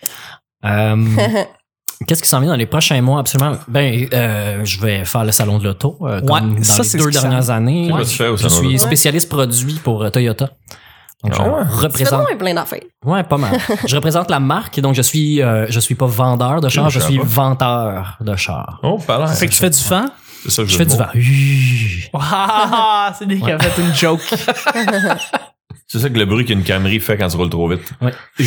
[SPEAKER 3] Euh, Qu'est-ce qui s'en vient dans les prochains mois absolument Ben, euh, je vais faire le salon de l'auto euh,
[SPEAKER 1] Ouais,
[SPEAKER 3] comme dans
[SPEAKER 1] ça, c'est
[SPEAKER 3] les
[SPEAKER 1] ce
[SPEAKER 3] deux
[SPEAKER 1] qui
[SPEAKER 3] dernières années.
[SPEAKER 4] Qu'est-ce que tu fais au
[SPEAKER 3] je
[SPEAKER 4] salon de
[SPEAKER 3] suis
[SPEAKER 4] l'auto?
[SPEAKER 3] spécialiste produit pour euh, Toyota. Donc, je
[SPEAKER 4] Ah ouais.
[SPEAKER 2] C'est
[SPEAKER 3] représente.
[SPEAKER 2] vraiment plein d'affaires.
[SPEAKER 4] Euh,
[SPEAKER 3] Ouais, pas mal. je représente la marque, donc je suis, euh, je suis pas vendeur de char,
[SPEAKER 4] Je
[SPEAKER 3] je
[SPEAKER 4] sais
[SPEAKER 3] suis
[SPEAKER 4] pas.
[SPEAKER 3] venteur de char.
[SPEAKER 4] Oh, pas l'air.
[SPEAKER 1] Fait que je fais du fan.
[SPEAKER 4] C'est ça,
[SPEAKER 3] Je fais du vent.
[SPEAKER 1] Ah, c'est Nick qui a fait une joke.
[SPEAKER 4] C'est ça que le bruit qu'une Camry fait quand tu roules trop vite.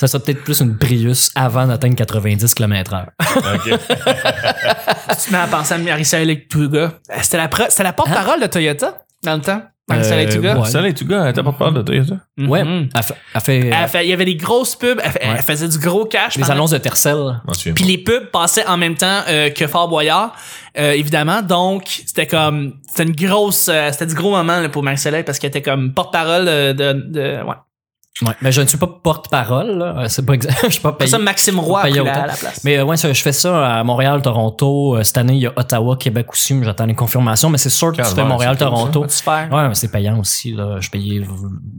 [SPEAKER 3] Ça serait peut-être plus une Prius avant d'atteindre 90 km/h.
[SPEAKER 1] Oh,
[SPEAKER 4] OK.
[SPEAKER 1] tu m'as pensé à Marissa Electuga. C'était la, pre- c'était la
[SPEAKER 3] Hein?
[SPEAKER 1] porte-parole de Toyota dans le temps. Marissa
[SPEAKER 3] Euh,
[SPEAKER 1] Electuga.
[SPEAKER 3] ouais.
[SPEAKER 4] Ça, les tout gars, t'as pas peur de Toyota?
[SPEAKER 1] Mhm.
[SPEAKER 3] Ouais, elle fait, Mm-hmm. elle fait, euh,
[SPEAKER 1] Elle fait- Il y avait des grosses pubs. Elle, fait- elle
[SPEAKER 3] Ouais.
[SPEAKER 1] faisait du gros cash.
[SPEAKER 3] les
[SPEAKER 1] pendant-
[SPEAKER 3] annonces de Tercel.
[SPEAKER 4] M'en souviens
[SPEAKER 1] Puis les pubs passaient en même temps euh, que Fort Boyard, euh, évidemment. Donc, c'était comme... C'était une grosse... euh, c'était du gros moment là, pour Marcella parce qu'elle était comme porte-parole euh, de... de- ouais.
[SPEAKER 3] Ouais, mais je ne suis pas porte-parole. là. Euh, C'est pas exact. Je suis pas payé.
[SPEAKER 1] ça, Maxime Roy a
[SPEAKER 3] payé
[SPEAKER 1] pris
[SPEAKER 3] autant.
[SPEAKER 1] la, la place.
[SPEAKER 3] Mais euh, ouais, ça, je fais ça à Montréal, Toronto. Euh, Cette année, il y a Ottawa, Québec aussi. mais J'attends les confirmations, mais c'est sûr que tu fais
[SPEAKER 4] Calvaire,
[SPEAKER 3] Montréal,
[SPEAKER 4] c'est cool,
[SPEAKER 3] Toronto.
[SPEAKER 1] Faut-tu faire?
[SPEAKER 3] Ouais, mais c'est payant aussi. Là. Je, payais,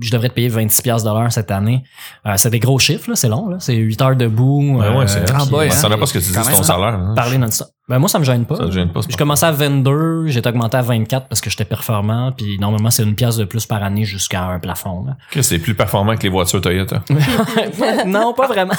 [SPEAKER 3] je devrais te payer 26 pièces de l'heure cette année. Euh, c'est des gros chiffres, là. c'est long. là. C'est 8 heures debout.
[SPEAKER 4] Ben Ouais, ouais,
[SPEAKER 3] euh,
[SPEAKER 4] c'est.
[SPEAKER 1] ah,
[SPEAKER 3] puis,
[SPEAKER 1] boy,
[SPEAKER 3] euh,
[SPEAKER 4] Ça ressemble pas à ce que tu dis,
[SPEAKER 3] quand
[SPEAKER 4] c'est
[SPEAKER 3] même,
[SPEAKER 4] ton
[SPEAKER 3] ça-
[SPEAKER 4] salaire. hein.
[SPEAKER 3] Parler dans ça. Ben, moi, ça me gêne pas.
[SPEAKER 4] Ça te gêne pas, c'est
[SPEAKER 3] Je
[SPEAKER 4] pas-
[SPEAKER 3] commençais à 22, j'ai augmenté à 24 parce que j'étais performant, puis normalement c'est une pièce de plus par année jusqu'à un plafond. là.
[SPEAKER 4] Chris, C'est plus performant que les voitures Toyota.
[SPEAKER 3] non, pas vraiment.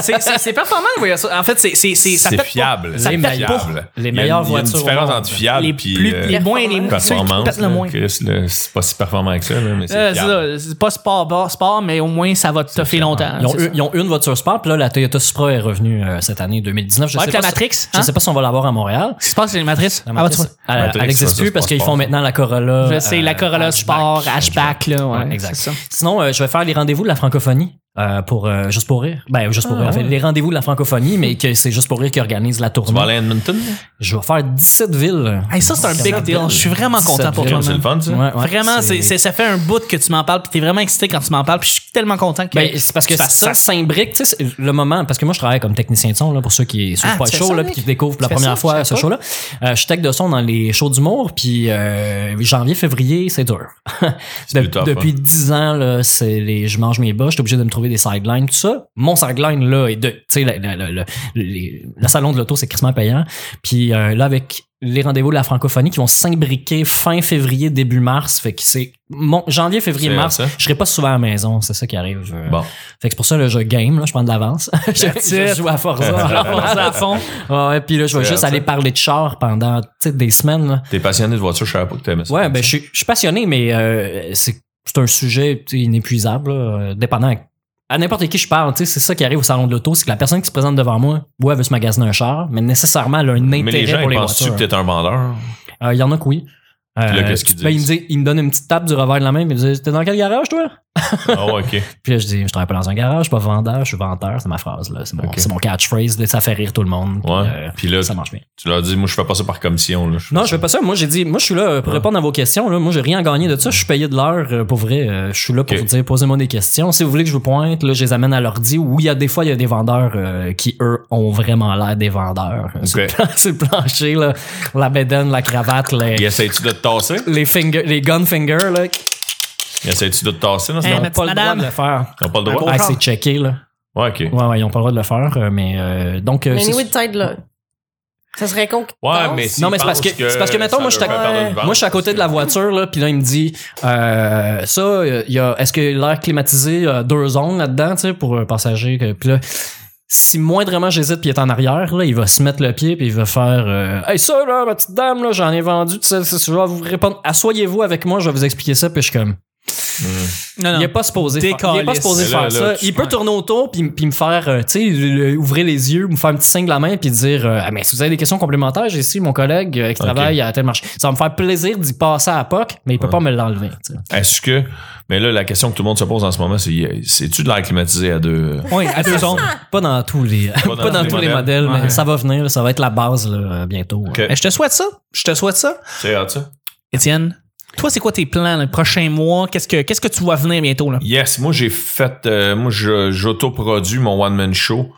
[SPEAKER 1] C'est- C'est c'est performant de voyage. En fait, c'est- c'est- c'est- ça
[SPEAKER 4] C'est
[SPEAKER 1] pète pas.
[SPEAKER 4] fiable.
[SPEAKER 1] ça
[SPEAKER 4] C'est
[SPEAKER 1] pète pas.
[SPEAKER 4] fiable. Il
[SPEAKER 3] Les
[SPEAKER 4] y a une-
[SPEAKER 3] meilleures
[SPEAKER 4] Il y a
[SPEAKER 3] voitures
[SPEAKER 4] une
[SPEAKER 3] au
[SPEAKER 4] différence
[SPEAKER 3] monde.
[SPEAKER 4] entre fiable
[SPEAKER 1] les
[SPEAKER 4] et
[SPEAKER 1] plus,
[SPEAKER 3] euh,
[SPEAKER 1] les moins et les moins. ceux qui
[SPEAKER 4] performance.
[SPEAKER 1] pètent le
[SPEAKER 4] là.
[SPEAKER 1] moins.
[SPEAKER 4] Chris, le- c'est pas si performant que ça, là, mais
[SPEAKER 1] Euh,
[SPEAKER 4] c'est
[SPEAKER 1] c'est
[SPEAKER 4] fiable.
[SPEAKER 1] ça, c'est pas sport, bar- sport, mais au moins ça va te toffer longtemps.
[SPEAKER 3] Ils ont,
[SPEAKER 1] Ah, c'est
[SPEAKER 3] eu-
[SPEAKER 1] ça.
[SPEAKER 3] ils ont une voiture sport, puis là la Toyota Supra est revenue euh, cette année 2019. Je
[SPEAKER 1] Ouais,
[SPEAKER 3] sais
[SPEAKER 1] puis la
[SPEAKER 3] pas si-
[SPEAKER 1] Matrix.
[SPEAKER 3] Je
[SPEAKER 1] hein?
[SPEAKER 3] sais pas si on va l'avoir à Montréal.
[SPEAKER 1] Qu'est-ce qui se passe, c'est les matrices?
[SPEAKER 3] La
[SPEAKER 1] Ah, bah,
[SPEAKER 3] Matrix,
[SPEAKER 1] tu vois.
[SPEAKER 3] elle-
[SPEAKER 4] Matrix,
[SPEAKER 3] elle
[SPEAKER 4] ça,
[SPEAKER 3] n'existe
[SPEAKER 4] c'est
[SPEAKER 3] plus
[SPEAKER 4] pas
[SPEAKER 3] parce qu'ils
[SPEAKER 4] sport.
[SPEAKER 3] font maintenant la Corolla.
[SPEAKER 1] Je sais, la
[SPEAKER 3] euh,
[SPEAKER 1] Corolla Sport, hatchback, là. Ouais,
[SPEAKER 3] Ouais, exact.
[SPEAKER 1] c'est ça.
[SPEAKER 3] Sinon, euh, je vais faire les rendez-vous de la francophonie. euh, pour euh, juste pour rire ben juste pour
[SPEAKER 4] Ah,
[SPEAKER 3] rire en fait,
[SPEAKER 4] ouais.
[SPEAKER 3] les rendez-vous de la francophonie mais que c'est juste pour rire qui organise la tournée
[SPEAKER 4] Tu vas aller à Edmonton?
[SPEAKER 3] je vais faire 17 villes
[SPEAKER 1] Hey, ça, c'est un big deal. Je suis vraiment content pour toi,
[SPEAKER 4] Chris, C'est le
[SPEAKER 1] man.
[SPEAKER 4] fun, ça?
[SPEAKER 3] hein. Ouais, ouais,
[SPEAKER 1] Vraiment, c'est- c'est- ça fait un bout que tu m'en parles, puis t'es vraiment excité quand tu m'en parles, puis je suis tellement content que.
[SPEAKER 3] Ben, c'est parce que
[SPEAKER 1] tu
[SPEAKER 3] ça,
[SPEAKER 1] fasses ça.
[SPEAKER 3] s'imbrique, tu sais, c'est le moment, parce que moi je travaille comme technicien de son, là, pour ceux qui suivent
[SPEAKER 1] Ah,
[SPEAKER 3] pas
[SPEAKER 1] tu
[SPEAKER 3] le
[SPEAKER 1] fais
[SPEAKER 3] show,
[SPEAKER 1] ça,
[SPEAKER 3] là,
[SPEAKER 1] Nick?
[SPEAKER 3] puis qui découvrent pour la
[SPEAKER 1] Tu fais
[SPEAKER 3] première
[SPEAKER 1] ça, je
[SPEAKER 3] fois
[SPEAKER 1] sais
[SPEAKER 3] ce
[SPEAKER 1] pas.
[SPEAKER 3] show-là. Euh, je suis tech de son dans les shows d'humour, puis euh, janvier, février, c'est dur.
[SPEAKER 4] C'est
[SPEAKER 3] De-
[SPEAKER 4] plus tough,
[SPEAKER 3] depuis
[SPEAKER 4] hein.
[SPEAKER 3] 10 ans, là, c'est les, je mange mes bas, j'étais obligé de me trouver des sidelines, tout ça. Mon sideline, là, est de, tu sais, la- la- la- la- les- le salon de l'auto, c'est crissement payant. Puis euh, là, avec les rendez-vous de la francophonie qui vont s'imbriquer fin février, début mars, fait que c'est mon janvier, février,
[SPEAKER 4] C'est
[SPEAKER 3] mars,
[SPEAKER 4] ça.
[SPEAKER 3] je serai pas souvent à la maison, c'est ça qui arrive. euh,
[SPEAKER 4] Bon.
[SPEAKER 3] fait que c'est pour ça le jeu game, là, je prends de l'avance. je, je
[SPEAKER 1] it.
[SPEAKER 3] joue à
[SPEAKER 1] Ah,
[SPEAKER 3] Forza.
[SPEAKER 1] on va à fond.
[SPEAKER 3] ouais, ouais, puis là, je vais
[SPEAKER 4] C'est
[SPEAKER 3] juste
[SPEAKER 4] ça.
[SPEAKER 3] aller parler de char pendant tu sais, des semaines. là.
[SPEAKER 4] T'es passionné de voiture, je savais pas que t'aimais ça.
[SPEAKER 3] Ouais, ben je suis- je suis passionné, mais euh, c'est c'est un sujet tu sais, inépuisable, là, euh, dépendant à, à n'importe qui je parle. tu sais, C'est ça qui arrive au salon de l'auto, c'est que la personne qui se présente devant moi, ouais, elle veut se magasiner un char, mais nécessairement elle a un
[SPEAKER 4] Mais les
[SPEAKER 3] intérêt
[SPEAKER 4] gens,
[SPEAKER 3] pour
[SPEAKER 4] ils
[SPEAKER 3] les
[SPEAKER 4] pensent-tu
[SPEAKER 3] voitures.
[SPEAKER 4] que t'es un vendeur?
[SPEAKER 3] Euh, Il y en a que oui.
[SPEAKER 4] Puis là,
[SPEAKER 3] Euh,
[SPEAKER 4] qu'est-ce qu'ils
[SPEAKER 3] ben, il, me
[SPEAKER 4] disent?
[SPEAKER 3] dit, il me donne une petite tape du revers de la main, il me dit T'es dans quel garage, toi
[SPEAKER 4] Ah, ouais, ok.
[SPEAKER 3] Puis là, je dis, je travaille pas dans un garage, je suis pas vendeur, je suis vendeur, c'est ma phrase, là. C'est mon,
[SPEAKER 4] Ok.
[SPEAKER 3] c'est mon catchphrase, là, ça fait rire tout le monde. Puis,
[SPEAKER 4] Ouais.
[SPEAKER 3] euh,
[SPEAKER 4] Puis là,
[SPEAKER 3] ça marche bien.
[SPEAKER 4] tu leur dis, moi, je fais pas ça par commission, là.
[SPEAKER 3] Non, je fais pas ça. Moi, j'ai dit, moi, je suis là euh,
[SPEAKER 4] Ah.
[SPEAKER 3] pour répondre à vos questions, là. Moi, j'ai rien gagné de ça. Je suis payé de l'heure, euh, pour vrai. Euh, Je suis là pour
[SPEAKER 4] Ok.
[SPEAKER 3] vous dire, posez-moi des questions. Si vous voulez que je vous pointe, là, je les amène à l'ordi. Oui, il y a des fois, il y a des vendeurs euh, qui, eux, ont vraiment l'air des vendeurs. Euh, sur le
[SPEAKER 4] Ok.
[SPEAKER 3] plan- sur le plancher, là. La bédaine, la cravate, les,
[SPEAKER 4] Ils essayent-tu de te tasser?
[SPEAKER 3] les, finger, les gun fingers, là. qui
[SPEAKER 4] Ils essayent-tu de te tasser? Non,
[SPEAKER 1] Hey,
[SPEAKER 4] sinon,
[SPEAKER 1] mais-
[SPEAKER 3] n'ont pas le droit
[SPEAKER 1] madame.
[SPEAKER 3] de le faire.
[SPEAKER 4] ils n'ont pas le droit.
[SPEAKER 3] Hein? Ah, c'est checké, là.
[SPEAKER 4] Ouais, ok.
[SPEAKER 3] Ouais, ouais, ils ont pas le droit de le faire, euh, mais euh, donc. euh,
[SPEAKER 2] Mais
[SPEAKER 3] c'est-
[SPEAKER 2] anyway, de tête, là. Ça serait con que
[SPEAKER 4] Ouais, mais
[SPEAKER 3] non, mais c'est parce que, c'est parce que mettons, moi, je suis à- moi, je suis à côté de la voiture, là, puis là, il me dit, euh, ça, euh, il y a, est-ce que l'air climatisé a deux zones là-dedans, tu sais, pour un passager, que- puis là, si moindrement j'hésite puis il est en arrière, là, il va se mettre le pied puis il va faire, euh, hey, ça, là, ma petite dame, là, j'en ai vendu, tu sais, c'est- je vais vous répondre, asseyez-vous avec moi, je vais vous expliquer ça, puis je suis comme,
[SPEAKER 1] Non, non.
[SPEAKER 3] Il est pas supposé, faire, il est pas
[SPEAKER 1] Décalisse.
[SPEAKER 3] supposé
[SPEAKER 4] Mais là,
[SPEAKER 3] faire ça.
[SPEAKER 4] là, tu-
[SPEAKER 3] il peut
[SPEAKER 1] ouais.
[SPEAKER 3] tourner autour puis, puis me faire, euh, tu sais, le- ouvrir les yeux, me faire un petit signe de la main puis dire, euh, Ah, mais si vous avez des questions complémentaires, j'ai ici mon collègue euh, qui
[SPEAKER 4] Ok.
[SPEAKER 3] travaille à tel marché. Ça va me faire plaisir d'y passer à la POC, mais il peut pas me l'enlever. tu sais.
[SPEAKER 4] Est-ce que. Mais là, la question que tout le monde se pose en ce moment, c'est euh, c'est-tu de l'air climatisé à deux. euh,
[SPEAKER 1] Oui, à deux zones.
[SPEAKER 3] Pas dans tous les, pas dans, tous les modèles, mais
[SPEAKER 1] Ouais.
[SPEAKER 3] ça va venir, ça va être la base là, euh, bientôt.
[SPEAKER 4] Ok.
[SPEAKER 1] Mais Ben, je te souhaite ça. Je te souhaite ça.
[SPEAKER 4] C'est hâte, ça?
[SPEAKER 1] Étienne, toi, c'est quoi tes plans le prochain mois? Qu'est-ce que, qu'est-ce que tu vois venir bientôt? Là?
[SPEAKER 4] Yes, moi j'ai fait, euh, moi je- j'autoproduis mon one man show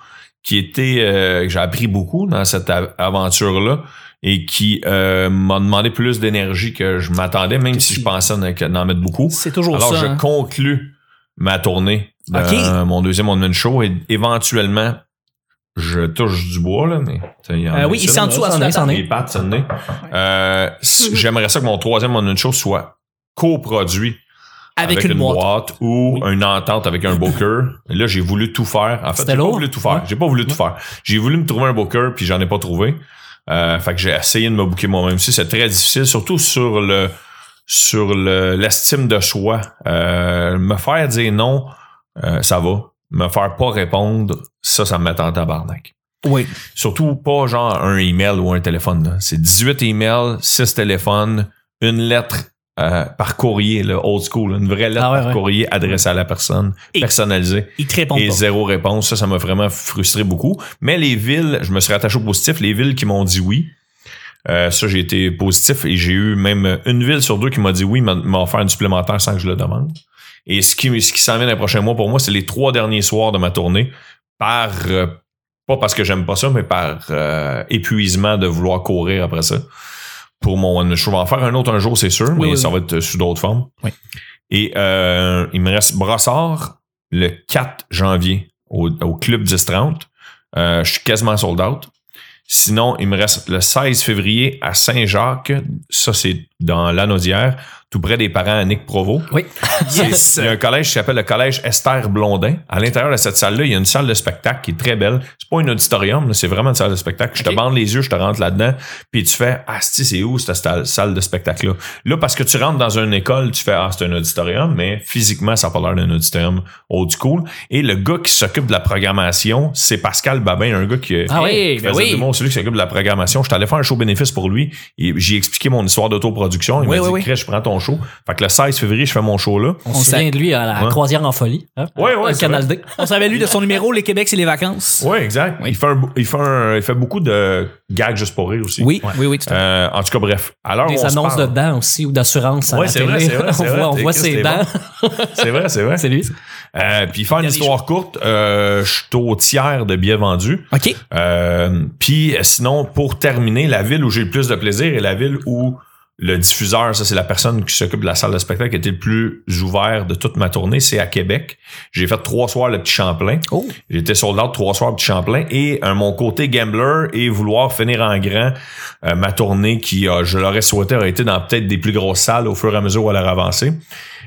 [SPEAKER 4] qui était, euh, que j'ai appris beaucoup dans cette aventure là et qui euh, m'a demandé plus d'énergie que je m'attendais, même si je pensais en- que d'en mettre beaucoup.
[SPEAKER 1] C'est toujours
[SPEAKER 4] Alors
[SPEAKER 1] ça.
[SPEAKER 4] je
[SPEAKER 1] hein?
[SPEAKER 4] conclus ma tournée, de,
[SPEAKER 1] Ok.
[SPEAKER 4] euh, mon deuxième one man show et éventuellement je touche du bois là, mais ça, y en
[SPEAKER 1] Euh,
[SPEAKER 4] a
[SPEAKER 1] oui,
[SPEAKER 4] ça,
[SPEAKER 1] il
[SPEAKER 4] là.
[SPEAKER 1] s'est en dessous à
[SPEAKER 3] ça,
[SPEAKER 1] ce
[SPEAKER 3] ça, ça,
[SPEAKER 1] matin.
[SPEAKER 4] Les pattes, ça me naît. Euh, s-
[SPEAKER 3] Mm-hmm.
[SPEAKER 4] J'aimerais ça que mon troisième one man show soit coproduit
[SPEAKER 1] Avec, une, boîte.
[SPEAKER 4] ou une entente avec un booker. Et là, j'ai voulu tout faire. En fait,
[SPEAKER 3] C'était
[SPEAKER 4] j'ai pas
[SPEAKER 3] lourd.
[SPEAKER 4] voulu tout faire.
[SPEAKER 3] Ouais.
[SPEAKER 4] J'ai pas voulu tout faire. J'ai voulu me trouver un booker, puis j'en ai pas trouvé. Euh, fait que j'ai essayé de me booker moi-même aussi. C'est très difficile, surtout sur le sur le- l'estime de soi. Euh, me faire dire non, euh, ça va. Me faire pas répondre, ça, ça me met en tabarnak.
[SPEAKER 1] Oui.
[SPEAKER 4] Surtout pas genre un email ou un téléphone. là. C'est 18 emails, 6 téléphones, une lettre euh, par courrier, là, old school, là, une vraie lettre
[SPEAKER 3] Ah ouais,
[SPEAKER 4] par
[SPEAKER 3] ouais.
[SPEAKER 4] courriée adressée à la personne,
[SPEAKER 1] Et-
[SPEAKER 4] personnalisée.
[SPEAKER 1] Il te répond
[SPEAKER 4] Et
[SPEAKER 1] pas.
[SPEAKER 4] zéro réponse. Ça, ça m'a vraiment frustré beaucoup. Mais les villes, je me suis rattaché au positif. Les villes qui m'ont dit oui, euh, ça, j'ai été positif et j'ai eu même une ville sur deux qui m'a dit oui, m'a- m'a offert une supplémentaire sans que je le demande. Et ce qui, ce qui s'en vient dans les prochains mois pour moi, c'est les trois derniers soirs de ma tournée par, euh, pas parce que j'aime pas ça, mais par euh, épuisement de vouloir courir après ça. Pour mon one show, je vais en faire un autre un jour, c'est sûr, mais
[SPEAKER 1] oui,
[SPEAKER 4] ça va être sous d'autres formes.
[SPEAKER 1] Oui.
[SPEAKER 4] Et euh, il me reste Brossard le 4 janvier au, au club 1030. Euh, je suis quasiment sold out. Sinon, il me reste le 16 février à Saint-Jacques. Ça, c'est dans l'Anaudière, tout près des parents à Nick Provo.
[SPEAKER 3] Oui.
[SPEAKER 4] C'est- Il y a un collège qui s'appelle le collège Esther Blondin. À l'intérieur de cette salle-là, il y a une salle de spectacle qui est très belle. C'est pas un auditorium, là, c'est vraiment une salle de spectacle. Je te
[SPEAKER 1] Ok.
[SPEAKER 4] bande les yeux, je te rentre là-dedans, puis tu fais Ah, c'ti, c'est où cette salle- salle de spectacle-là? Là, parce que tu rentres dans une école, tu fais Ah, c'est un auditorium, mais physiquement, ça n'a pas l'air d'un auditorium old school. Et le gars qui s'occupe de la programmation, c'est Pascal Babin, un gars qui.
[SPEAKER 3] Ah oui,
[SPEAKER 1] Hey,
[SPEAKER 4] qui
[SPEAKER 1] ben
[SPEAKER 4] faisait
[SPEAKER 1] oui.
[SPEAKER 4] du monde, celui qui s'occupe de la programmation. Je t'allais faire un show bénéfice pour lui. Et J'ai expliqué mon histoire d'autoproduction. Il
[SPEAKER 1] Oui,
[SPEAKER 4] m'a
[SPEAKER 1] oui,
[SPEAKER 4] dit,
[SPEAKER 1] oui.
[SPEAKER 4] Chris, je prends ton show. Fait que le 16 février, je fais mon show là.
[SPEAKER 3] On,
[SPEAKER 1] On
[SPEAKER 3] se souvient de lui à la
[SPEAKER 4] Ouais.
[SPEAKER 3] croisière en folie. Hein?
[SPEAKER 4] Ouais, ouais,
[SPEAKER 3] Au
[SPEAKER 4] c'est
[SPEAKER 3] Euh, Canal D.
[SPEAKER 1] On savait lui de son numéro, les Québec, c'est les vacances.
[SPEAKER 4] Oui, exact. Il, fait un, il, fait un- il fait beaucoup de gags juste pour rire aussi.
[SPEAKER 1] Oui, oui, oui, tout à fait.
[SPEAKER 4] Euh, en tout cas, bref. Alors,
[SPEAKER 3] Des annonces de dents aussi ou d'assurance à
[SPEAKER 4] Ouais,
[SPEAKER 3] la
[SPEAKER 4] c'est vrai,
[SPEAKER 3] télé.
[SPEAKER 4] c'est vrai, c'est
[SPEAKER 3] on
[SPEAKER 4] vrai.
[SPEAKER 3] voit, on
[SPEAKER 4] T'es
[SPEAKER 3] voit
[SPEAKER 4] Chris,
[SPEAKER 3] ses
[SPEAKER 4] t'es
[SPEAKER 3] dents.
[SPEAKER 4] C'est vrai, c'est vrai.
[SPEAKER 3] C'est lui.
[SPEAKER 4] Euh, puis faire une
[SPEAKER 1] Il y a des
[SPEAKER 4] histoire courte, euh, je suis au tiers de billets vendus.
[SPEAKER 1] OK.
[SPEAKER 4] Euh, puis euh, sinon, pour terminer, la ville où j'ai le plus de plaisir est la ville où le diffuseur, ça c'est la personne qui s'occupe de la salle de spectacle, qui était le plus ouvert de toute ma tournée, c'est à Québec. J'ai fait trois soirs le petit Champlain.
[SPEAKER 1] Oh.
[SPEAKER 4] J'étais sold out trois soirs au Petit Champlain et euh, mon côté gambler et vouloir finir en grand euh, ma tournée qui, euh, je l'aurais souhaité, aurait été dans peut-être des plus grosses salles au fur et à mesure où elle aurait avancé.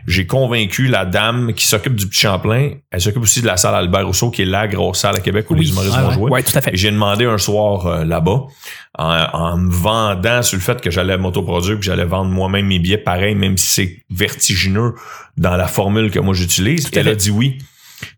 [SPEAKER 4] J'ai convaincu la dame qui s'occupe du Petit Champlain. Elle s'occupe aussi de la salle Albert Rousseau qui est la grosse salle à Québec où les humoristes
[SPEAKER 3] Ah
[SPEAKER 4] vont
[SPEAKER 3] ouais.
[SPEAKER 4] jouer.
[SPEAKER 1] Oui, tout à fait.
[SPEAKER 4] Et J'ai demandé un soir euh, là-bas en, en me vendant sur le fait que j'allais m'autoproduire, que j'allais vendre moi-même mes billets pareil, même si c'est vertigineux dans la formule que moi j'utilise.
[SPEAKER 1] à
[SPEAKER 4] Elle
[SPEAKER 1] fait.
[SPEAKER 4] a dit oui.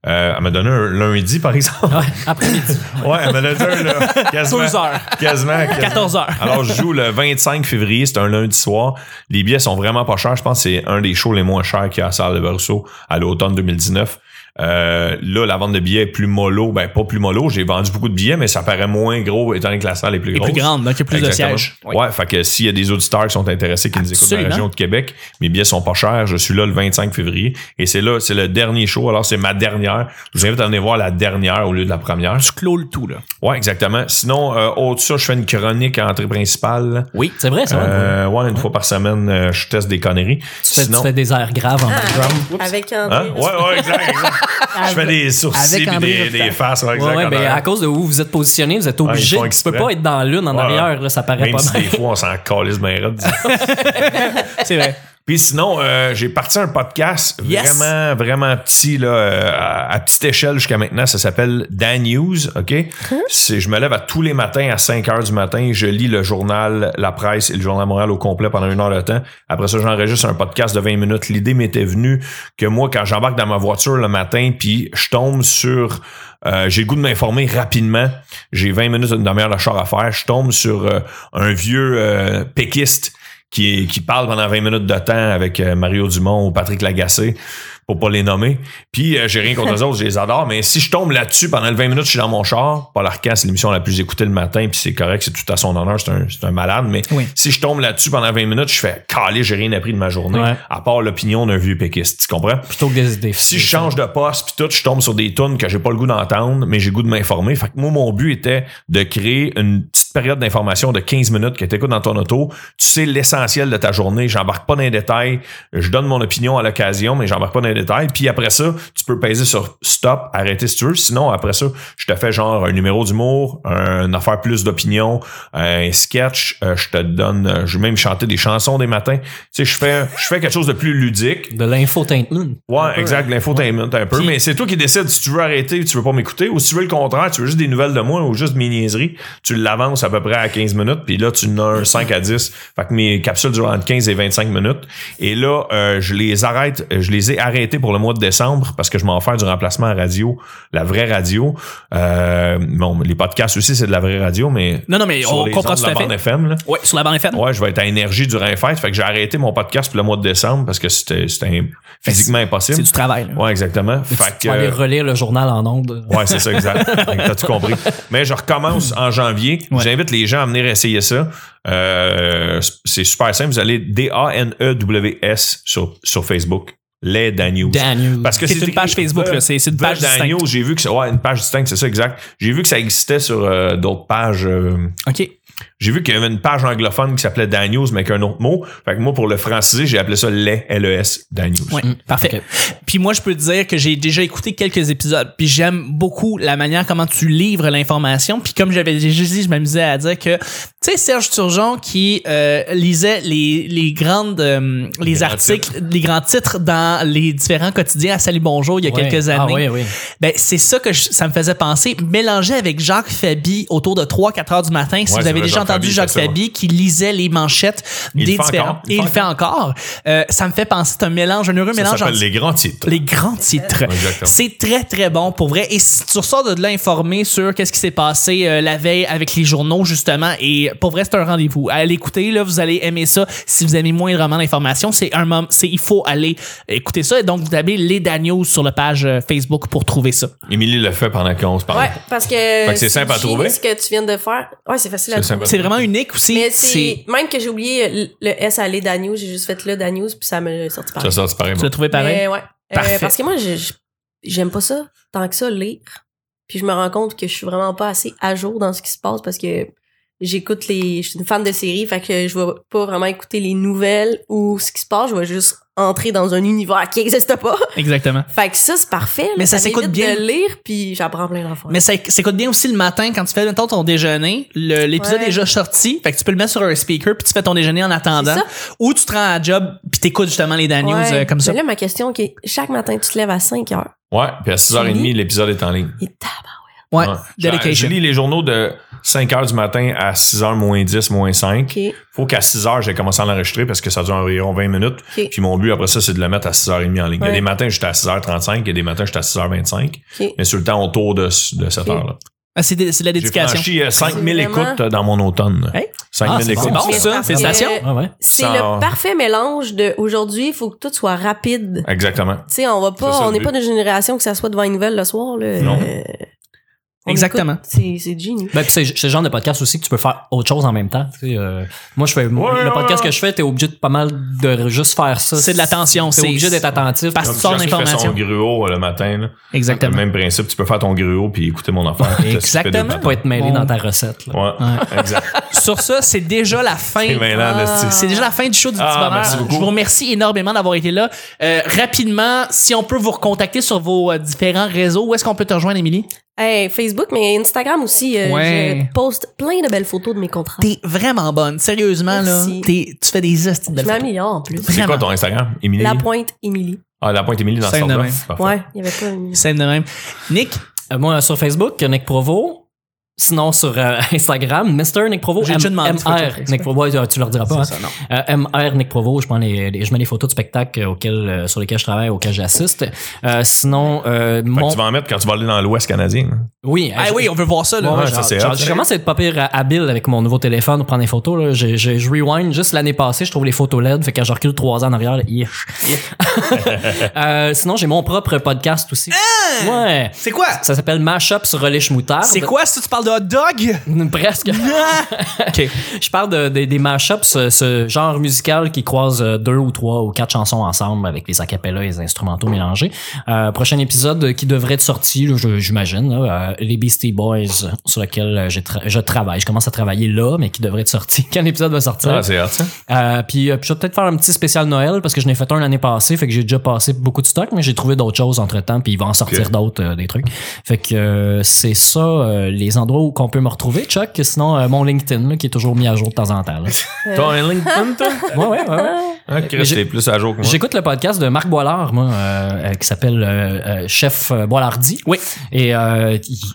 [SPEAKER 4] Euh, elle m'a donné un lundi, par exemple.
[SPEAKER 3] Ouais, Après-midi.
[SPEAKER 4] ouais, elle m'a donné un là, quasiment,
[SPEAKER 1] Deux heures.
[SPEAKER 4] quasiment, quasiment.
[SPEAKER 1] 14 heures.
[SPEAKER 4] Alors, je joue le 25 février, c'est un lundi soir. Les billets sont vraiment pas chers. Je pense que c'est un des shows les moins chers qu'il y a à la salle de Verso à l'automne 2019. Euh, là, la vente de billets est plus mollo. Ben, pas plus mollo. J'ai vendu beaucoup de billets, mais ça paraît moins gros étant donné que la salle est plus
[SPEAKER 1] Et
[SPEAKER 4] grosse.
[SPEAKER 1] plus grande, donc il y a plus
[SPEAKER 4] Exactement.
[SPEAKER 1] de sièges.
[SPEAKER 4] Ouais. fait que s'il y a des auditeurs qui sont intéressés, qui nous écoutent dans la
[SPEAKER 1] Absolument.
[SPEAKER 4] région de Québec, mes billets sont pas chers. Je suis là le 25 février et c'est là, c'est le dernier show. Alors, c'est ma dernière. Je vous invite à venir voir la dernière au lieu de la première.
[SPEAKER 1] Tu clôt le tout, là.
[SPEAKER 4] Ouais, exactement. Sinon, euh, au-dessus, ça, je fais une chronique à entrée principale.
[SPEAKER 3] Oui, c'est vrai, ça. ouais.
[SPEAKER 4] Euh, ouais, une fois par semaine, euh, je teste des conneries.
[SPEAKER 3] Tu fais-
[SPEAKER 4] Sinon-
[SPEAKER 3] tu fais des airs graves
[SPEAKER 1] Ah.
[SPEAKER 3] en background.
[SPEAKER 2] Avec un.
[SPEAKER 4] Hein? Ouais, ouais, exact. exact. je fais des sourcils
[SPEAKER 1] avec
[SPEAKER 4] et
[SPEAKER 1] André
[SPEAKER 4] des,
[SPEAKER 1] Ruffin.
[SPEAKER 4] des faces. Ouais,
[SPEAKER 3] Ouais,
[SPEAKER 4] exact,
[SPEAKER 3] ouais,
[SPEAKER 4] en
[SPEAKER 3] ben,
[SPEAKER 4] arrière.
[SPEAKER 3] à cause de où vous êtes positionné, vous êtes
[SPEAKER 4] Ah, ils font
[SPEAKER 3] obligé. tu peux
[SPEAKER 4] exprès.
[SPEAKER 3] pas être dans l'une en
[SPEAKER 4] Ouais,
[SPEAKER 3] arrière,
[SPEAKER 4] ouais.
[SPEAKER 3] là, ça paraît
[SPEAKER 4] Même
[SPEAKER 3] pas
[SPEAKER 4] si
[SPEAKER 3] mal.
[SPEAKER 4] des fois, on s'en calisse bien raide.
[SPEAKER 1] C'est vrai.
[SPEAKER 4] Puis sinon, euh, j'ai parti un podcast
[SPEAKER 1] Yes.
[SPEAKER 4] vraiment, vraiment petit, là, euh, à, à petite échelle jusqu'à maintenant. Ça s'appelle Dan News, OK? C'est- Je me lève à tous les matins à 5 heures du matin. Je lis le journal, la presse et le journal Montréal au complet pendant une heure de temps. Après ça, j'enregistre un podcast de 20 minutes. L'idée m'était venue que moi, quand j'embarque dans ma voiture le matin, puis je tombe sur... euh, j'ai le goût de m'informer rapidement. J'ai 20 minutes, une demi-heure de char à faire. Je tombe sur euh, un vieux euh, péquiste qui, qui parle pendant 20 minutes de temps avec euh, Mario Dumont ou Patrick Lagacé, pour pas les nommer. Puis euh, j'ai rien contre eux autres, je les adore, mais si je tombe là-dessus pendant le 20 minutes, je suis dans mon char. Paul Arcand, c'est l'émission la plus écoutée le matin, puis c'est correct, c'est tout à son honneur, c'est un, c'est un malade, mais
[SPEAKER 1] Oui.
[SPEAKER 4] si je tombe là-dessus pendant 20 minutes, je fais calé, j'ai rien appris de ma journée,
[SPEAKER 3] Ouais.
[SPEAKER 4] à part l'opinion d'un vieux péquiste, tu comprends?
[SPEAKER 3] Plutôt que des idées.
[SPEAKER 4] si je change de poste puis tout, je tombe sur des tunes que j'ai pas le goût d'entendre, mais j'ai le goût de m'informer. Fait que moi, mon but était de créer une petite période d'information de 15 minutes que t'écoutes dans ton auto. Tu sais l'essentiel de ta journée. J'embarque pas dans les détails. Je donne mon opinion à l'occasion, mais j'embarque pas dans les détails. Puis après ça, tu peux peser sur stop, arrêter si tu veux. Sinon, après ça, je te fais genre un numéro d'humour, un- une affaire plus d'opinion, un sketch. Euh, je te donne, euh, je vais même chanter des chansons des matins. Tu sais, je fais, je fais quelque chose de plus ludique.
[SPEAKER 3] De l'infotainment.
[SPEAKER 4] Ouais, exact, l'infotainment un peu,
[SPEAKER 1] Puis-
[SPEAKER 4] mais c'est toi qui décides si tu veux arrêter, tu veux pas m'écouter, ou si tu veux le contraire, tu veux juste des nouvelles de moi ou juste mes niaiseries, tu l'avances à peu près à 15 minutes, puis là tu en as un 5 à 10, fait que mes capsules durent entre 15 et 25 minutes, et là euh, je les arrête, euh, je les ai arrêtées pour le mois de décembre, parce que je m'en fais du remplacement à radio, la vraie radio, euh, bon, les podcasts aussi c'est de la vraie radio, mais...
[SPEAKER 1] Non, non, mais
[SPEAKER 4] sur
[SPEAKER 1] on
[SPEAKER 4] les
[SPEAKER 1] comprend
[SPEAKER 4] ondes de
[SPEAKER 1] tout à
[SPEAKER 4] la
[SPEAKER 1] fait.
[SPEAKER 4] bande FM, là.
[SPEAKER 1] Ouais, sur la bande FM.
[SPEAKER 4] Ouais, je vais être à énergie durant les fêtes. Fait que j'ai arrêté mon podcast pour le mois de décembre parce que c'était c'était im- physiquement impossible.
[SPEAKER 1] Ben, C'est du travail. hein. là.
[SPEAKER 4] Ouais, exactement. Fait
[SPEAKER 3] Tu vas aller
[SPEAKER 4] que. euh,
[SPEAKER 3] relire le journal en ondes.
[SPEAKER 4] Ouais, c'est ça, exact. Fait que T'as tout compris. Mais je recommence en janvier.
[SPEAKER 1] Ouais.
[SPEAKER 4] J'invite les gens à venir essayer ça. Euh, c'est super simple. Vous allez D-A-N-E-W-S E sur, sur Facebook. Les Danews.
[SPEAKER 3] Daniel.
[SPEAKER 4] Parce que
[SPEAKER 1] C'est une
[SPEAKER 4] écrit
[SPEAKER 1] page Facebook,
[SPEAKER 4] The-
[SPEAKER 1] là. C'est- c'est une
[SPEAKER 4] The
[SPEAKER 1] page
[SPEAKER 4] Danews.
[SPEAKER 1] distincte.
[SPEAKER 4] J'ai vu que ça- ouais, une page distincte, c'est ça, exact. J'ai vu que ça existait sur euh, d'autres pages. euh,
[SPEAKER 1] OK.
[SPEAKER 4] j'ai vu qu'il y avait une page anglophone qui s'appelait Daniels, mais avec un autre mot. Fait que moi, pour le franciser, j'ai appelé ça E les LES Daniels.
[SPEAKER 1] Ouais, parfait. Puis moi, je peux te dire que j'ai déjà écouté quelques épisodes, puis j'aime beaucoup la manière comment tu livres l'information. Puis comme j'avais déjà dit, je m'amusais à dire que, tu sais, Serge Turgeon qui euh, lisait les, les grandes, euh, les,
[SPEAKER 4] grands
[SPEAKER 1] articles, les grands titres dans les différents quotidiens à Salut Bonjour il y a quelques années.
[SPEAKER 3] Ah oui, oui.
[SPEAKER 1] Ben, c'est ça que je- ça me faisait penser. Mélanger avec Jacques Fabi autour de 3-4 heures du matin. Si
[SPEAKER 4] Ouais,
[SPEAKER 1] vous
[SPEAKER 4] c'est
[SPEAKER 1] avez
[SPEAKER 4] vrai,
[SPEAKER 1] déjà
[SPEAKER 4] Jacques
[SPEAKER 1] entendu
[SPEAKER 4] Fabi,
[SPEAKER 1] Jacques
[SPEAKER 4] c'est ça,
[SPEAKER 1] Fabi qui lisait les manchettes
[SPEAKER 4] Il
[SPEAKER 1] des
[SPEAKER 4] le fait
[SPEAKER 1] différents.
[SPEAKER 4] encore.
[SPEAKER 1] Et il le fait encore. Euh, ça me fait penser, c'est un mélange, un heureux
[SPEAKER 4] Ça
[SPEAKER 1] mélange
[SPEAKER 4] s'appelle
[SPEAKER 1] entre
[SPEAKER 4] les grands titres.
[SPEAKER 1] les grands titres.
[SPEAKER 4] Exactement.
[SPEAKER 1] C'est très, très bon pour vrai. Et si tu ressors de là informé sur qu'est-ce qui s'est passé euh, la veille avec les journaux, justement, et pour vrai, c'est un rendez-vous. Allez écouter, là, vous allez aimer ça. Si vous aimez moindrement l'information, c'est un moment, c'est, il faut aller écouter ça. Et donc, vous avez les Daniels sur la page euh, Facebook pour trouver ça.
[SPEAKER 4] Émilie le fait pendant qu'on se parle.
[SPEAKER 2] Ouais, parce que.
[SPEAKER 4] que c'est simple à
[SPEAKER 2] Gilles,
[SPEAKER 4] trouver.
[SPEAKER 2] Ce que tu viens de faire. Ouais, c'est facile à
[SPEAKER 4] C'est
[SPEAKER 2] trouver.
[SPEAKER 4] sympa.
[SPEAKER 1] C'est vraiment unique aussi.
[SPEAKER 2] Mais
[SPEAKER 1] c'est,
[SPEAKER 2] c'est. Même que j'ai oublié le- le S à les Danews, j'ai juste fait le Danews, puis ça me l'a sorti par
[SPEAKER 4] Ça, ça, c'est pareil.
[SPEAKER 1] tu l'as trouvé pareil?
[SPEAKER 2] Mais ouais. Euh,
[SPEAKER 1] Parfait.
[SPEAKER 2] parce que moi, je- je- j'aime pas ça tant que ça, lire. Puis je me rends compte que je suis vraiment pas assez à jour dans ce qui se passe parce que j'écoute les. Je suis une fan de séries, fait que je vais pas vraiment écouter les nouvelles ou ce qui se passe. Je vais juste entrer dans un univers qui existe pas.
[SPEAKER 1] Exactement.
[SPEAKER 2] Fait que ça, c'est parfait. là.
[SPEAKER 1] Mais ça s'écoute
[SPEAKER 2] m'évite
[SPEAKER 1] bien.
[SPEAKER 2] de lire, puis j'apprends plein d'enfants.
[SPEAKER 1] Mais ça s'écoute bien aussi le matin quand tu fais mettons, ton déjeuner. Le- L'épisode
[SPEAKER 2] Ouais.
[SPEAKER 1] est déjà sorti. Fait que tu peux le mettre sur un speaker puis tu fais ton déjeuner en attendant.
[SPEAKER 2] C'est ça.
[SPEAKER 1] Ou tu te rends à job puis t'écoutes justement les Dan News euh, comme ça.
[SPEAKER 2] Mais là, ma question qui est chaque matin, tu te lèves à 5 heures.
[SPEAKER 4] Ouais, puis à 6h30, l'épisode est en ligne.
[SPEAKER 2] Et tabarnak.
[SPEAKER 1] Ouais.
[SPEAKER 4] Ouais. Je, je
[SPEAKER 1] Dedication.
[SPEAKER 4] lis les journaux de 5h du matin à 6h moins 10, moins 5.
[SPEAKER 2] Ok.
[SPEAKER 4] Faut qu'à 6h, j'ai commencé à l'enregistrer parce que ça dure environ 20 minutes.
[SPEAKER 2] Ok.
[SPEAKER 4] Puis mon but après ça, c'est de le mettre à 6h30 en ligne. Il y a
[SPEAKER 2] Ouais.
[SPEAKER 4] des matins, j'étais à 6h35 et des matins, j'étais à 6h25.
[SPEAKER 2] Ok.
[SPEAKER 4] Mais sur le temps, autour de, de 7h.
[SPEAKER 1] Ah, c'est de, c'est de la
[SPEAKER 4] J'ai
[SPEAKER 1] dédication.
[SPEAKER 4] franchi euh, 5000
[SPEAKER 2] C'est vraiment-
[SPEAKER 4] écoutes euh, dans mon automne.
[SPEAKER 1] Hey.
[SPEAKER 4] 5000
[SPEAKER 1] Ah, c'est
[SPEAKER 4] écoutes.
[SPEAKER 1] bon,
[SPEAKER 2] Mais
[SPEAKER 1] ça.
[SPEAKER 2] parce que
[SPEAKER 1] Félicitations.
[SPEAKER 3] Ah ouais.
[SPEAKER 2] C'est
[SPEAKER 4] Ça-
[SPEAKER 2] le parfait mélange de aujourd'hui, il faut que tout soit rapide.
[SPEAKER 4] Exactement.
[SPEAKER 1] Ah,
[SPEAKER 2] Tu sais, on va pas,
[SPEAKER 4] C'est ça,
[SPEAKER 2] on
[SPEAKER 4] le
[SPEAKER 2] n'est pas d'une génération que ça soit devant une nouvelle le soir, là.
[SPEAKER 4] Non.
[SPEAKER 2] Euh, on
[SPEAKER 1] Exactement.
[SPEAKER 2] écoute, C'est, c'est génieux.
[SPEAKER 3] Ben, puis c'est c'est le genre de podcast aussi que tu peux faire autre chose en même temps. tu sais, euh, moi, je fais
[SPEAKER 4] Ouais,
[SPEAKER 3] le
[SPEAKER 4] ouais,
[SPEAKER 3] podcast
[SPEAKER 4] ouais.
[SPEAKER 3] que je fais, t'es obligé de pas mal de juste faire ça.
[SPEAKER 1] C'est de l'attention,
[SPEAKER 3] T'es
[SPEAKER 1] c'est-
[SPEAKER 3] obligé d'être attentif.
[SPEAKER 1] Parce-
[SPEAKER 4] Comme
[SPEAKER 1] Sors
[SPEAKER 4] Jacques fait
[SPEAKER 1] l'information.
[SPEAKER 4] son gruau euh, le matin. là.
[SPEAKER 1] Exactement.
[SPEAKER 4] Le même principe, tu peux faire ton gruau puis écouter mon affaire. puis te souper des
[SPEAKER 1] Exactement.
[SPEAKER 4] patates.
[SPEAKER 3] pas être mêlé
[SPEAKER 1] Bon.
[SPEAKER 3] dans ta recette. là.
[SPEAKER 4] Ouais, exact.
[SPEAKER 1] Sur ça, c'est déjà la fin.
[SPEAKER 4] C'est mêlant,
[SPEAKER 2] Ah.
[SPEAKER 4] là, c'est-
[SPEAKER 1] C'est déjà la fin du show du
[SPEAKER 4] Ah,
[SPEAKER 1] petit bonheur.
[SPEAKER 4] merci beaucoup.
[SPEAKER 1] Je vous remercie énormément d'avoir été là. Euh, rapidement, si on peut vous recontacter sur vos euh, différents réseaux, où est-ce qu'on peut te rejoindre, Émilie?
[SPEAKER 2] Hey, Facebook, mais Instagram aussi. euh,
[SPEAKER 3] Ouais.
[SPEAKER 2] Je poste plein de belles photos de mes contrats.
[SPEAKER 1] T'es vraiment bonne. Sérieusement,
[SPEAKER 2] Merci.
[SPEAKER 1] là. t'es- tu fais des hosties de
[SPEAKER 2] Je
[SPEAKER 1] belles photos.
[SPEAKER 2] m'améliore en plus.
[SPEAKER 4] C'est quoi
[SPEAKER 1] Vraiment.
[SPEAKER 4] ton Instagram? Émilie?
[SPEAKER 2] La pointe Émilie.
[SPEAKER 4] Ah, la pointe Émilie dans ce
[SPEAKER 3] Scène de
[SPEAKER 4] là
[SPEAKER 3] main.
[SPEAKER 2] Ouais, il y avait pas une...
[SPEAKER 1] Scène de même. Nick,
[SPEAKER 3] Euh, moi, sur Facebook, Nick Provo. Sinon, sur euh, Instagram, Mr. Nick Provo.
[SPEAKER 1] J'ai
[SPEAKER 3] M-
[SPEAKER 1] déjà demandé de photos
[SPEAKER 3] MR Nick Provo. Ouais, tu- tu leur diras pas. hein. Euh, MR Nick Provo, je, prends les, les- je mets les photos de spectacles auxquels, euh, sur lesquels je travaille, auxquels j'assiste. Euh, sinon, euh, mon.
[SPEAKER 4] Tu vas en mettre quand tu vas aller dans l'Ouest canadien. hein.
[SPEAKER 3] Oui,
[SPEAKER 1] ah
[SPEAKER 3] je-
[SPEAKER 1] oui, on veut voir ça, là.
[SPEAKER 4] Ouais,
[SPEAKER 3] Ouais,
[SPEAKER 4] ça,
[SPEAKER 3] genre-
[SPEAKER 4] c'est
[SPEAKER 3] genre,
[SPEAKER 4] hot,
[SPEAKER 3] je
[SPEAKER 4] ça.
[SPEAKER 3] commence à être pas pire à- habile avec mon nouveau téléphone pour prendre des photos. Là. Je, je, je rewind juste l'année passée, je trouve les photos LED. Fait que je recule trois ans en arrière. là, yesh. Euh, sinon, j'ai mon propre podcast aussi. Ouais.
[SPEAKER 1] C'est quoi?
[SPEAKER 3] Ça s'appelle Mashup sur Relais Moutarde.
[SPEAKER 1] Hein? C'est quoi ça? Tu parles de hot dog?
[SPEAKER 3] Presque.
[SPEAKER 1] OK.
[SPEAKER 3] Je parle de, des- des mashups, ce, ce genre musical qui croise euh, deux ou trois ou quatre chansons ensemble avec les acapellas et les instrumentaux mélangés. Euh, prochain épisode qui devrait être sorti, là, je- j'imagine, là, euh, les Beastie Boys euh, sur lequel euh, j'ai tra- je travaille. Je commence à travailler là, mais qui devrait être sorti quand l'épisode va sortir.
[SPEAKER 4] Ah, c'est hot, ça.
[SPEAKER 3] Euh, puis, euh, puis je vais peut-être faire un petit spécial Noël parce que je n'ai fait un l'année passée, fait que j'ai déjà passé beaucoup de stock, mais j'ai trouvé d'autres choses entre temps, puis il va en sortir
[SPEAKER 4] Ok.
[SPEAKER 3] d'autres euh, des trucs. Fait que euh, c'est ça euh, les endroits où qu'on peut me retrouver, Chuck. Sinon euh, mon LinkedIn là, qui est toujours mis à jour de temps en temps. là.
[SPEAKER 4] T'as un LinkedIn, toi?
[SPEAKER 3] Ouais, ouais, ouais, ouais.
[SPEAKER 4] Ah,
[SPEAKER 3] Mais
[SPEAKER 4] Chris,
[SPEAKER 3] j'ai-
[SPEAKER 4] t'es plus à jour que moi.
[SPEAKER 3] J'écoute le podcast de Marc Boilard, moi, euh, euh, qui s'appelle euh, euh, Chef euh, Boilardi. Oui. Et euh, il, il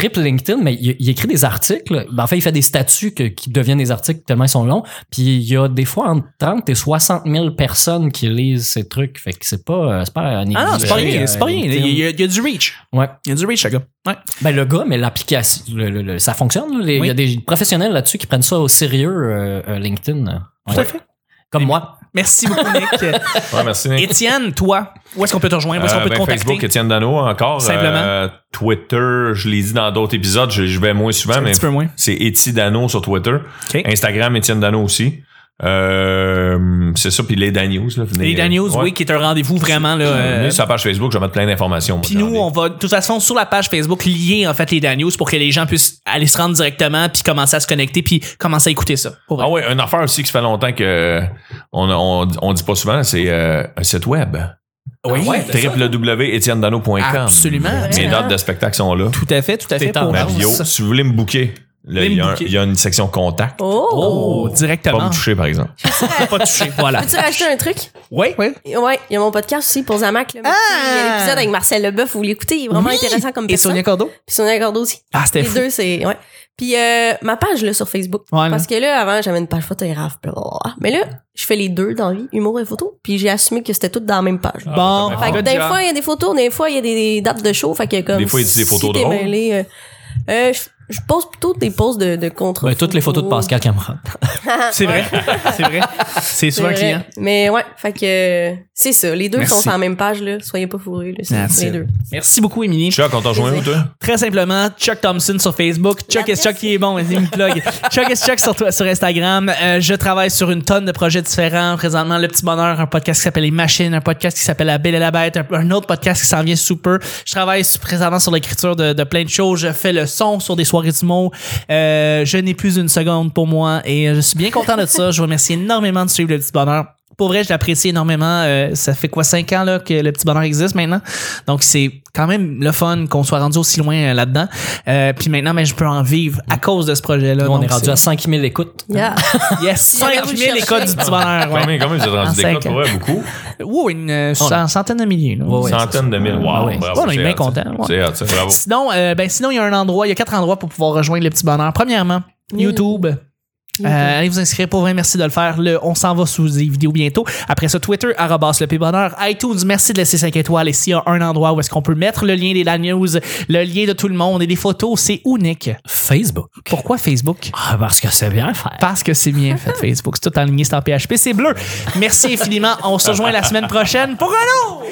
[SPEAKER 3] triple LinkedIn, mais il, il écrit des articles. Ben, en fait, il fait des statuts que- qui deviennent des articles tellement ils sont longs. Puis il y a des fois entre 30 et 60 000 personnes qui lisent ces trucs. Fait que c'est pas, euh, c'est pas un
[SPEAKER 1] Ah non, c'est pas
[SPEAKER 3] négligé,
[SPEAKER 1] rien. C'est pas
[SPEAKER 3] euh,
[SPEAKER 1] rien. Il
[SPEAKER 3] LinkedIn.
[SPEAKER 1] y, a, il y a du reach.
[SPEAKER 3] Ouais.
[SPEAKER 1] Il y a du reach, le gars. Ouais.
[SPEAKER 3] Ben, le gars, mais l'application, le- le- le- ça fonctionne. là. Les- Il y a
[SPEAKER 1] Oui.
[SPEAKER 3] des professionnels là-dessus qui prennent ça au sérieux, euh, euh, LinkedIn.
[SPEAKER 1] Tout à
[SPEAKER 3] Ouais.
[SPEAKER 1] fait.
[SPEAKER 3] Comme moi.
[SPEAKER 1] Merci beaucoup, Nick.
[SPEAKER 4] Ouais, merci. Nick.
[SPEAKER 1] Étienne, toi, où est-ce qu'on peut te rejoindre? Où est-ce qu'on
[SPEAKER 4] Euh,
[SPEAKER 1] peut
[SPEAKER 4] ben,
[SPEAKER 1] te contacter?
[SPEAKER 4] Facebook, Étienne Dano, encore.
[SPEAKER 1] Simplement.
[SPEAKER 4] Euh, Twitter, je l'ai dit dans d'autres épisodes, je, je vais moins souvent,
[SPEAKER 1] un
[SPEAKER 4] mais
[SPEAKER 1] petit peu moins.
[SPEAKER 4] c'est Étienne Dano sur Twitter.
[SPEAKER 1] OK.
[SPEAKER 4] Instagram, Étienne Dano aussi. Euh, c'est ça, puis les Dan News. Là, venez,
[SPEAKER 1] Les Daniels,
[SPEAKER 4] ouais.
[SPEAKER 1] oui, qui est un rendez-vous vraiment. Là, euh,
[SPEAKER 4] Venez sur la page Facebook, je vais mettre plein d'informations. moi,
[SPEAKER 1] Puis nous,
[SPEAKER 4] regardez.
[SPEAKER 1] on va de toute façon sur la page Facebook lier en fait les Daniels pour que les gens puissent aller se rendre directement puis commencer à se connecter puis commencer à écouter ça. Pour vrai.
[SPEAKER 4] Ah ouais, une affaire aussi qui fait longtemps que euh, on, on, on dit pas souvent, c'est euh, un site web.
[SPEAKER 1] Oui.
[SPEAKER 4] Ah ouais, www.etiennedano.com.
[SPEAKER 1] Absolument.
[SPEAKER 4] Mes dates de spectacle sont là.
[SPEAKER 1] Tout à fait, tout à fait.
[SPEAKER 3] en
[SPEAKER 1] pour-
[SPEAKER 4] Ma
[SPEAKER 3] avance.
[SPEAKER 4] bio. Si vous voulez me booker, là,
[SPEAKER 1] Voulez me
[SPEAKER 4] il y, a un-
[SPEAKER 1] booker.
[SPEAKER 4] il y a une section contact.
[SPEAKER 2] Oh!
[SPEAKER 1] Oh,
[SPEAKER 4] Pas
[SPEAKER 1] directement.
[SPEAKER 4] me toucher, par exemple.
[SPEAKER 1] Pas touché, voilà.
[SPEAKER 2] Peux-tu racheter un truc?
[SPEAKER 1] Oui, oui.
[SPEAKER 2] Ouais, il y a mon podcast aussi pour Zamac. Là, Il y a l'épisode avec Marcel Leboeuf, vous l'écoutez, il est vraiment
[SPEAKER 1] Ah! Oui.
[SPEAKER 2] intéressant comme
[SPEAKER 1] Et
[SPEAKER 2] personne.
[SPEAKER 1] Sonia Cordo?
[SPEAKER 2] Puis Sonia Gordo aussi.
[SPEAKER 1] Ah, c'était
[SPEAKER 2] Les
[SPEAKER 1] fou.
[SPEAKER 2] deux, c'est. Ouais. Puis euh, ma page là sur Facebook.
[SPEAKER 1] Ouais,
[SPEAKER 2] Parce que là, avant, j'avais une page photographe. blablabla. Mais là, je fais les deux dans la vie, humour et photo. Puis j'ai assumé que c'était toutes dans la même page.
[SPEAKER 1] Bon,
[SPEAKER 4] Ah,
[SPEAKER 2] Fait que
[SPEAKER 1] good
[SPEAKER 2] des
[SPEAKER 1] job.
[SPEAKER 2] fois, il y a des photos, des fois, il y a des dates de show. Fait que comme.
[SPEAKER 4] Des fois, il y a des photos
[SPEAKER 2] si t'es
[SPEAKER 4] drôles.
[SPEAKER 2] mêlé, euh, euh, je, je pose plutôt des poses de, de contre.
[SPEAKER 1] Ben,
[SPEAKER 3] Ouais, toutes les photos de Pascal Cameron.
[SPEAKER 1] C'est vrai. C'est vrai. C'est
[SPEAKER 2] C'est
[SPEAKER 1] souvent un
[SPEAKER 2] vrai.
[SPEAKER 1] client.
[SPEAKER 2] Mais ouais, fait que euh, c'est ça. Les deux
[SPEAKER 1] Merci.
[SPEAKER 2] sont sur la même page, là. Soyez pas fourrés, là.
[SPEAKER 1] That's
[SPEAKER 2] C'est les
[SPEAKER 1] it.
[SPEAKER 2] deux.
[SPEAKER 1] Merci beaucoup, Émilie.
[SPEAKER 4] Chuck, on t'a rejoint où, toi?
[SPEAKER 1] Très simplement, Chuck Thompson sur Facebook. Chuck
[SPEAKER 2] La
[SPEAKER 1] S. Chuck qui est bon, vas-y, me plug. Chuck S. Chuck sur, toi- sur Instagram. Euh, je travaille sur une tonne de projets différents. Présentement, Le Petit Bonheur, un podcast qui s'appelle Les Machines, un podcast qui s'appelle La Belle et la Bête, un, un autre podcast qui s'en vient sous peu. Je travaille sur- présentement sur l'écriture de, de plein de choses. Je fais le son sur des soirées du mot. Euh, je n'ai plus une seconde pour moi et je suis bien content de ça. Je vous remercie énormément de suivre Le Petit Bonheur pour vrai, je l'apprécie énormément. Euh, ça fait quoi, cinq ans là, que le petit bonheur existe maintenant. Donc, c'est quand même le fun qu'on soit rendu aussi loin euh, là-dedans. Euh, puis maintenant, ben, je peux en vivre à cause de ce projet-là.
[SPEAKER 3] Nous, on
[SPEAKER 1] ben Donc,
[SPEAKER 3] est rendu à 5000 écoutes.
[SPEAKER 2] Yeah.
[SPEAKER 1] c'est- Yes, 5
[SPEAKER 2] J'allais vous
[SPEAKER 1] 000
[SPEAKER 2] chercher.
[SPEAKER 1] écoles du petit bonheur. Ouais.
[SPEAKER 4] Combien, combien vous êtes
[SPEAKER 1] En
[SPEAKER 4] rendu des
[SPEAKER 1] cinq
[SPEAKER 4] codes pour vrai? Beaucoup?
[SPEAKER 1] Ouh, une euh, cent- centaine de milliers. là.
[SPEAKER 3] Ouais, ouais.
[SPEAKER 4] Centaines de mille. Wow,
[SPEAKER 3] Ah ouais.
[SPEAKER 4] bravo,
[SPEAKER 1] Ouais, on est
[SPEAKER 4] c'est
[SPEAKER 1] bien
[SPEAKER 4] hot, ça.
[SPEAKER 1] content, ouais.
[SPEAKER 4] C'est hot, ça, bravo.
[SPEAKER 1] Sinon, euh, ben, sinon, il y a un endroit, il y a quatre endroits pour pouvoir rejoindre le petit bonheur. Premièrement,
[SPEAKER 2] Oui.
[SPEAKER 1] YouTube. Euh, allez vous inscrire pour vrai, merci de le faire. Le, on s'en va sous des vidéos bientôt. Après ça, Twitter, arrobas le P bonheur, iTunes, merci de laisser 5 étoiles. Et s'il y a un endroit où est-ce qu'on peut mettre le lien des Dan News, le lien de tout le monde et des photos, c'est unique.
[SPEAKER 3] Facebook.
[SPEAKER 1] Pourquoi Facebook?
[SPEAKER 3] Ah, parce que c'est bien faire.
[SPEAKER 1] Parce que c'est bien fait Facebook. C'est tout aligné, c'est en PHP, c'est bleu. Merci infiniment. On se rejoint la semaine prochaine pour un autre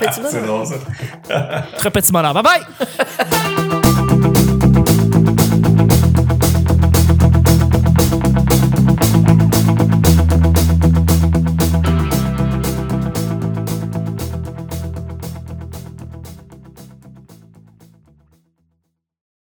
[SPEAKER 2] Petit bonheur.
[SPEAKER 1] petit bonheur. Bye bye!